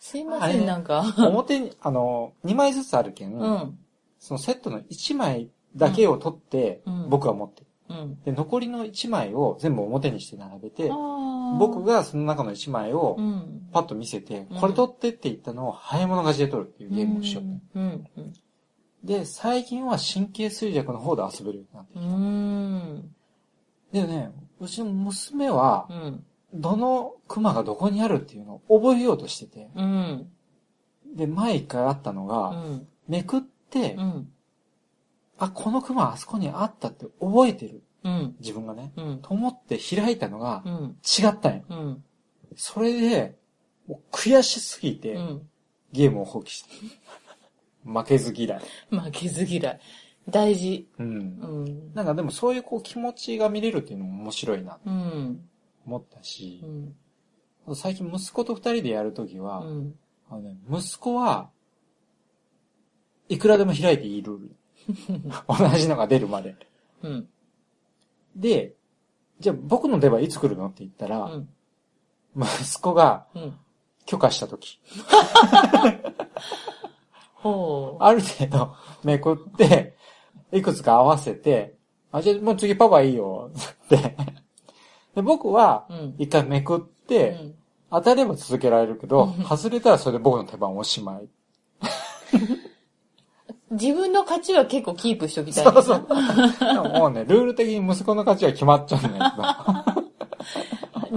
[SPEAKER 2] すいま
[SPEAKER 1] あ
[SPEAKER 2] せ
[SPEAKER 1] れ
[SPEAKER 2] ん、
[SPEAKER 1] ね
[SPEAKER 2] なんか。
[SPEAKER 1] 表に、あの、2枚ずつあるけん、
[SPEAKER 2] うん。
[SPEAKER 1] そのセットの1枚だけを取って
[SPEAKER 2] うん、
[SPEAKER 1] 僕は持ってる。
[SPEAKER 2] うん。
[SPEAKER 1] で、残りの1枚を全部表にして並べて、僕
[SPEAKER 2] 僕、
[SPEAKER 1] がその中の1枚を
[SPEAKER 2] うん。
[SPEAKER 1] パッと見せて
[SPEAKER 2] うん、
[SPEAKER 1] これ取ってって言ったのを早い者勝ちで取るっていうゲームをしよう。
[SPEAKER 2] うん。うん。
[SPEAKER 1] で、最近は神経衰弱の方で遊べるようになって
[SPEAKER 2] う。ん。
[SPEAKER 1] でね、うちの娘は
[SPEAKER 2] う、ん。
[SPEAKER 1] どの熊がどこにあるっていうのを覚えようとしてて、
[SPEAKER 2] うん。
[SPEAKER 1] で、前一回あったの
[SPEAKER 2] う
[SPEAKER 1] が、
[SPEAKER 2] ん。
[SPEAKER 1] めくって
[SPEAKER 2] う、ん。
[SPEAKER 1] あ、この熊あそこにあったって覚えてる。
[SPEAKER 2] うん。
[SPEAKER 1] 自分がね。
[SPEAKER 2] うん。
[SPEAKER 1] と思って開いたのが
[SPEAKER 2] う、ん。
[SPEAKER 1] 違ったんよ。
[SPEAKER 2] うん。
[SPEAKER 1] それで、もう悔しすぎて、
[SPEAKER 2] うん。
[SPEAKER 1] ゲームを放棄した。 負けず嫌い。
[SPEAKER 2] 負けず嫌い。大事。
[SPEAKER 1] うん
[SPEAKER 2] う。ん。
[SPEAKER 1] なんかでもそういうこう気持ちが見れるっていうのも面白いなと
[SPEAKER 2] うん。
[SPEAKER 1] 思ったし
[SPEAKER 2] う、ん。
[SPEAKER 1] 最近息子と二人でやるときは、
[SPEAKER 2] うん。
[SPEAKER 1] あのね、息子は、いくらでも開いて いいルール。同じのが出るまで。
[SPEAKER 2] うん。
[SPEAKER 1] で、じゃあ僕の出番いつ来るのって言った
[SPEAKER 2] う
[SPEAKER 1] ら、
[SPEAKER 2] ん。
[SPEAKER 1] 息子が
[SPEAKER 2] うん。
[SPEAKER 1] 許可したとき、
[SPEAKER 2] ほう。
[SPEAKER 1] ある程度めくって、いくつか合わせて、あ、じゃあもう次パパいいよ、って。で、僕は
[SPEAKER 2] う、ん。
[SPEAKER 1] 一回めくって、
[SPEAKER 2] うん
[SPEAKER 1] 当たれば続けられるけど
[SPEAKER 2] うん、
[SPEAKER 1] 外れたらそれで僕の手番おしまい。
[SPEAKER 2] 自分の勝ちは結構キープしとき たい。
[SPEAKER 1] そうそう。でももうね、ルール的に息子の勝ちは決まっちゃうん だ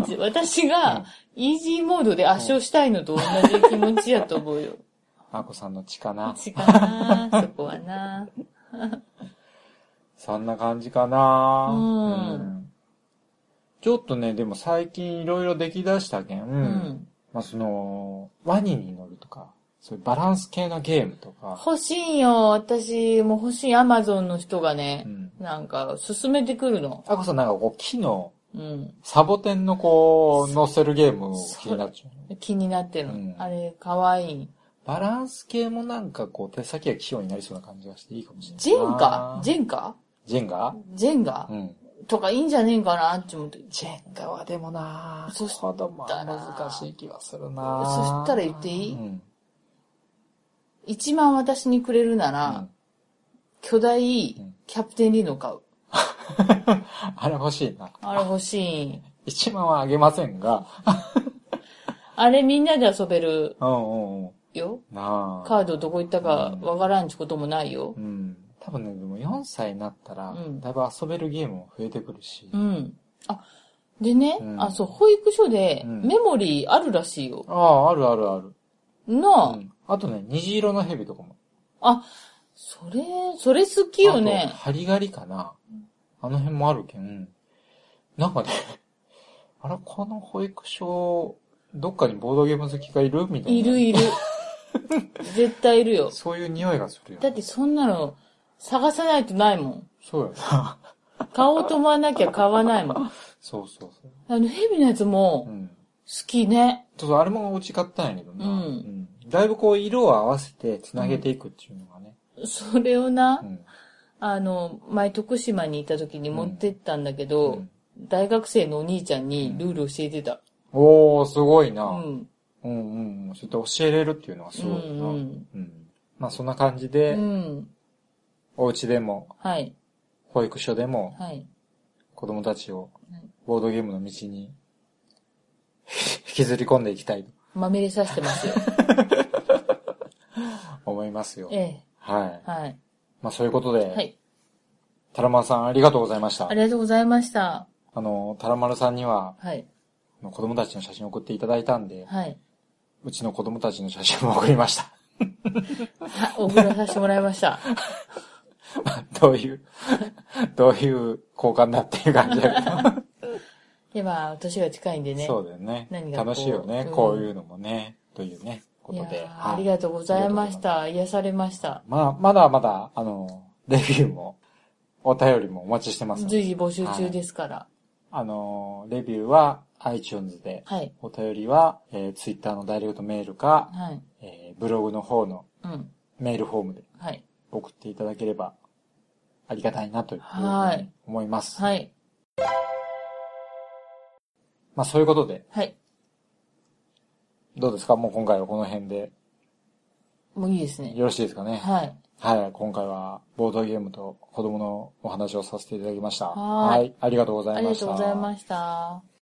[SPEAKER 2] じ私が、イージーモードで圧勝したいのと同じ気持ちやと思うよ。
[SPEAKER 1] けど、あこさんの血かな。
[SPEAKER 2] 違うなそこはな
[SPEAKER 1] そんな感じかな、
[SPEAKER 2] うん
[SPEAKER 1] ちょっとね、でも最近いろいろ出来出したけん、
[SPEAKER 2] うん。
[SPEAKER 1] まあその、ワニに乗るとか、そういうバランス系のゲームとか、
[SPEAKER 2] 欲しいよ、私。もう欲しい、アマゾンの人がね
[SPEAKER 1] う、ん。
[SPEAKER 2] なんか、勧めてくるの。
[SPEAKER 1] あこさんなんかこう、木の、
[SPEAKER 2] うん。
[SPEAKER 1] サボテンのこう、乗せるゲームを気になっちゃう。
[SPEAKER 2] 気になってるの。
[SPEAKER 1] うん
[SPEAKER 2] あれ、かわいい。
[SPEAKER 1] バランス系もなんかこう手先が器用になりそうな感じがしていいかもしれないな。
[SPEAKER 2] ジェンガジ
[SPEAKER 1] ン
[SPEAKER 2] ェンガ
[SPEAKER 1] ジェンガ
[SPEAKER 2] ジェンガ
[SPEAKER 1] うん。
[SPEAKER 2] とかいいんじゃねえかなって思って。
[SPEAKER 1] ジェンガはでもな
[SPEAKER 2] そ
[SPEAKER 1] そ
[SPEAKER 2] し
[SPEAKER 1] 子供は
[SPEAKER 2] たら
[SPEAKER 1] 難しい気がするな
[SPEAKER 2] そしたら言っていい
[SPEAKER 1] うん。
[SPEAKER 2] 1万私にくれるなら、
[SPEAKER 1] うん
[SPEAKER 2] 巨大キャプテンリノ買う。
[SPEAKER 1] あれ欲しいな。
[SPEAKER 2] あれ欲しい。
[SPEAKER 1] 1万はあげませんが。
[SPEAKER 2] あれみんなで遊べる
[SPEAKER 1] うんうんうん。
[SPEAKER 2] よ。
[SPEAKER 1] なあ。
[SPEAKER 2] カードどこ行ったかわからんちこともないよ
[SPEAKER 1] う。ん。多分ね、でも4歳になったら、
[SPEAKER 2] うん
[SPEAKER 1] だいぶ遊べるゲームも増えてくるし。
[SPEAKER 2] うん。あ、でね、
[SPEAKER 1] うん
[SPEAKER 2] あ、そう、保育所で
[SPEAKER 1] うん
[SPEAKER 2] メモリーあるらしいよ。
[SPEAKER 1] ああ、あるあるある。
[SPEAKER 2] なあ、
[SPEAKER 1] うん。あとね、虹色の蛇とかも。
[SPEAKER 2] あ、それ、それ好きよ
[SPEAKER 1] あ
[SPEAKER 2] ね
[SPEAKER 1] と。ハリガリかな。あの辺もあるけん。なんかね、 あら、この保育所、どっかにボードゲーム好きがいるみたいな。
[SPEAKER 2] いるい る。絶対いるよ。
[SPEAKER 1] そういう匂いがするよ、
[SPEAKER 2] だってそんなの探さないとないもん。
[SPEAKER 1] そうやな。
[SPEAKER 2] 買おうと思わなきゃ買わないもん。
[SPEAKER 1] そうそうそ
[SPEAKER 2] あの、ヘビのやつ
[SPEAKER 1] う。う
[SPEAKER 2] も
[SPEAKER 1] ん。
[SPEAKER 2] 好きね。
[SPEAKER 1] ちょっとあれもお家買ったんやけどな。
[SPEAKER 2] うん
[SPEAKER 1] うんだいぶこう、色を合わせて繋げていくっていうのがね。
[SPEAKER 2] それをな、
[SPEAKER 1] うん。
[SPEAKER 2] あの、前徳島にいた時に持ってったんだけど、
[SPEAKER 1] うん
[SPEAKER 2] 大学生のお兄ちゃんにルール教えてた。
[SPEAKER 1] おー、すごいな。
[SPEAKER 2] う
[SPEAKER 1] うん
[SPEAKER 2] ん。
[SPEAKER 1] うんうん。そうやって教えれるっていうのはすごいな。
[SPEAKER 2] うんうん
[SPEAKER 1] うんまあそんな感じ
[SPEAKER 2] う
[SPEAKER 1] で、
[SPEAKER 2] ん。
[SPEAKER 1] お家でも、
[SPEAKER 2] はい。
[SPEAKER 1] 保育所でも、
[SPEAKER 2] はい。
[SPEAKER 1] 子供たちを
[SPEAKER 2] はい、
[SPEAKER 1] ボードゲームの道に、 引きずり込んでいきたいと
[SPEAKER 2] まみれさせて ますよ。
[SPEAKER 1] 思いますよ
[SPEAKER 2] え。え。
[SPEAKER 1] はい。
[SPEAKER 2] はい。
[SPEAKER 1] まあそういうことで、
[SPEAKER 2] はい。
[SPEAKER 1] タラマルさんありがとうございました
[SPEAKER 2] あ。りがとうございました。
[SPEAKER 1] あの、タラマルさんには、
[SPEAKER 2] はい。
[SPEAKER 1] 子供たちの写真を送っていただいたんで、
[SPEAKER 2] はい。
[SPEAKER 1] うちの子供たちの写真も送りました。
[SPEAKER 2] は 送らさせてもらいました。
[SPEAKER 1] まあど ういう、どういう交換だっていう感じだけど。
[SPEAKER 2] では、年が近いんでね。
[SPEAKER 1] そうだよね
[SPEAKER 2] 何。がこう
[SPEAKER 1] 楽しいよね、
[SPEAKER 2] うん
[SPEAKER 1] こういうのもね、というね、こ
[SPEAKER 2] い
[SPEAKER 1] と
[SPEAKER 2] や
[SPEAKER 1] で。
[SPEAKER 2] ーありがとうございまし。た。癒されました。
[SPEAKER 1] まあ、まだまだ、あの、レビューも、お便りもお待ちしてますので
[SPEAKER 2] 随時募集中ですから。
[SPEAKER 1] あの、レビューは iTunes で、
[SPEAKER 2] はい。
[SPEAKER 1] お便りは、えー Twitter のダイレクトメールか、
[SPEAKER 2] はい。
[SPEAKER 1] えーブログの方の
[SPEAKER 2] うん。
[SPEAKER 1] メールフォームで
[SPEAKER 2] はい。
[SPEAKER 1] 送っていただければ、ありがたいなというふ
[SPEAKER 2] は
[SPEAKER 1] う
[SPEAKER 2] い
[SPEAKER 1] に思います。
[SPEAKER 2] はい。
[SPEAKER 1] まあ、そういうことで、
[SPEAKER 2] はい。
[SPEAKER 1] どうですかもう今回はこの辺で、
[SPEAKER 2] もういいですね。
[SPEAKER 1] よろしいですかね。
[SPEAKER 2] はい。
[SPEAKER 1] はい、今回はボードゲームと子供のお話をさせていただきました。
[SPEAKER 2] はい
[SPEAKER 1] ありがとうござ
[SPEAKER 2] あ
[SPEAKER 1] い
[SPEAKER 2] り
[SPEAKER 1] ま
[SPEAKER 2] が
[SPEAKER 1] した。
[SPEAKER 2] とうございました。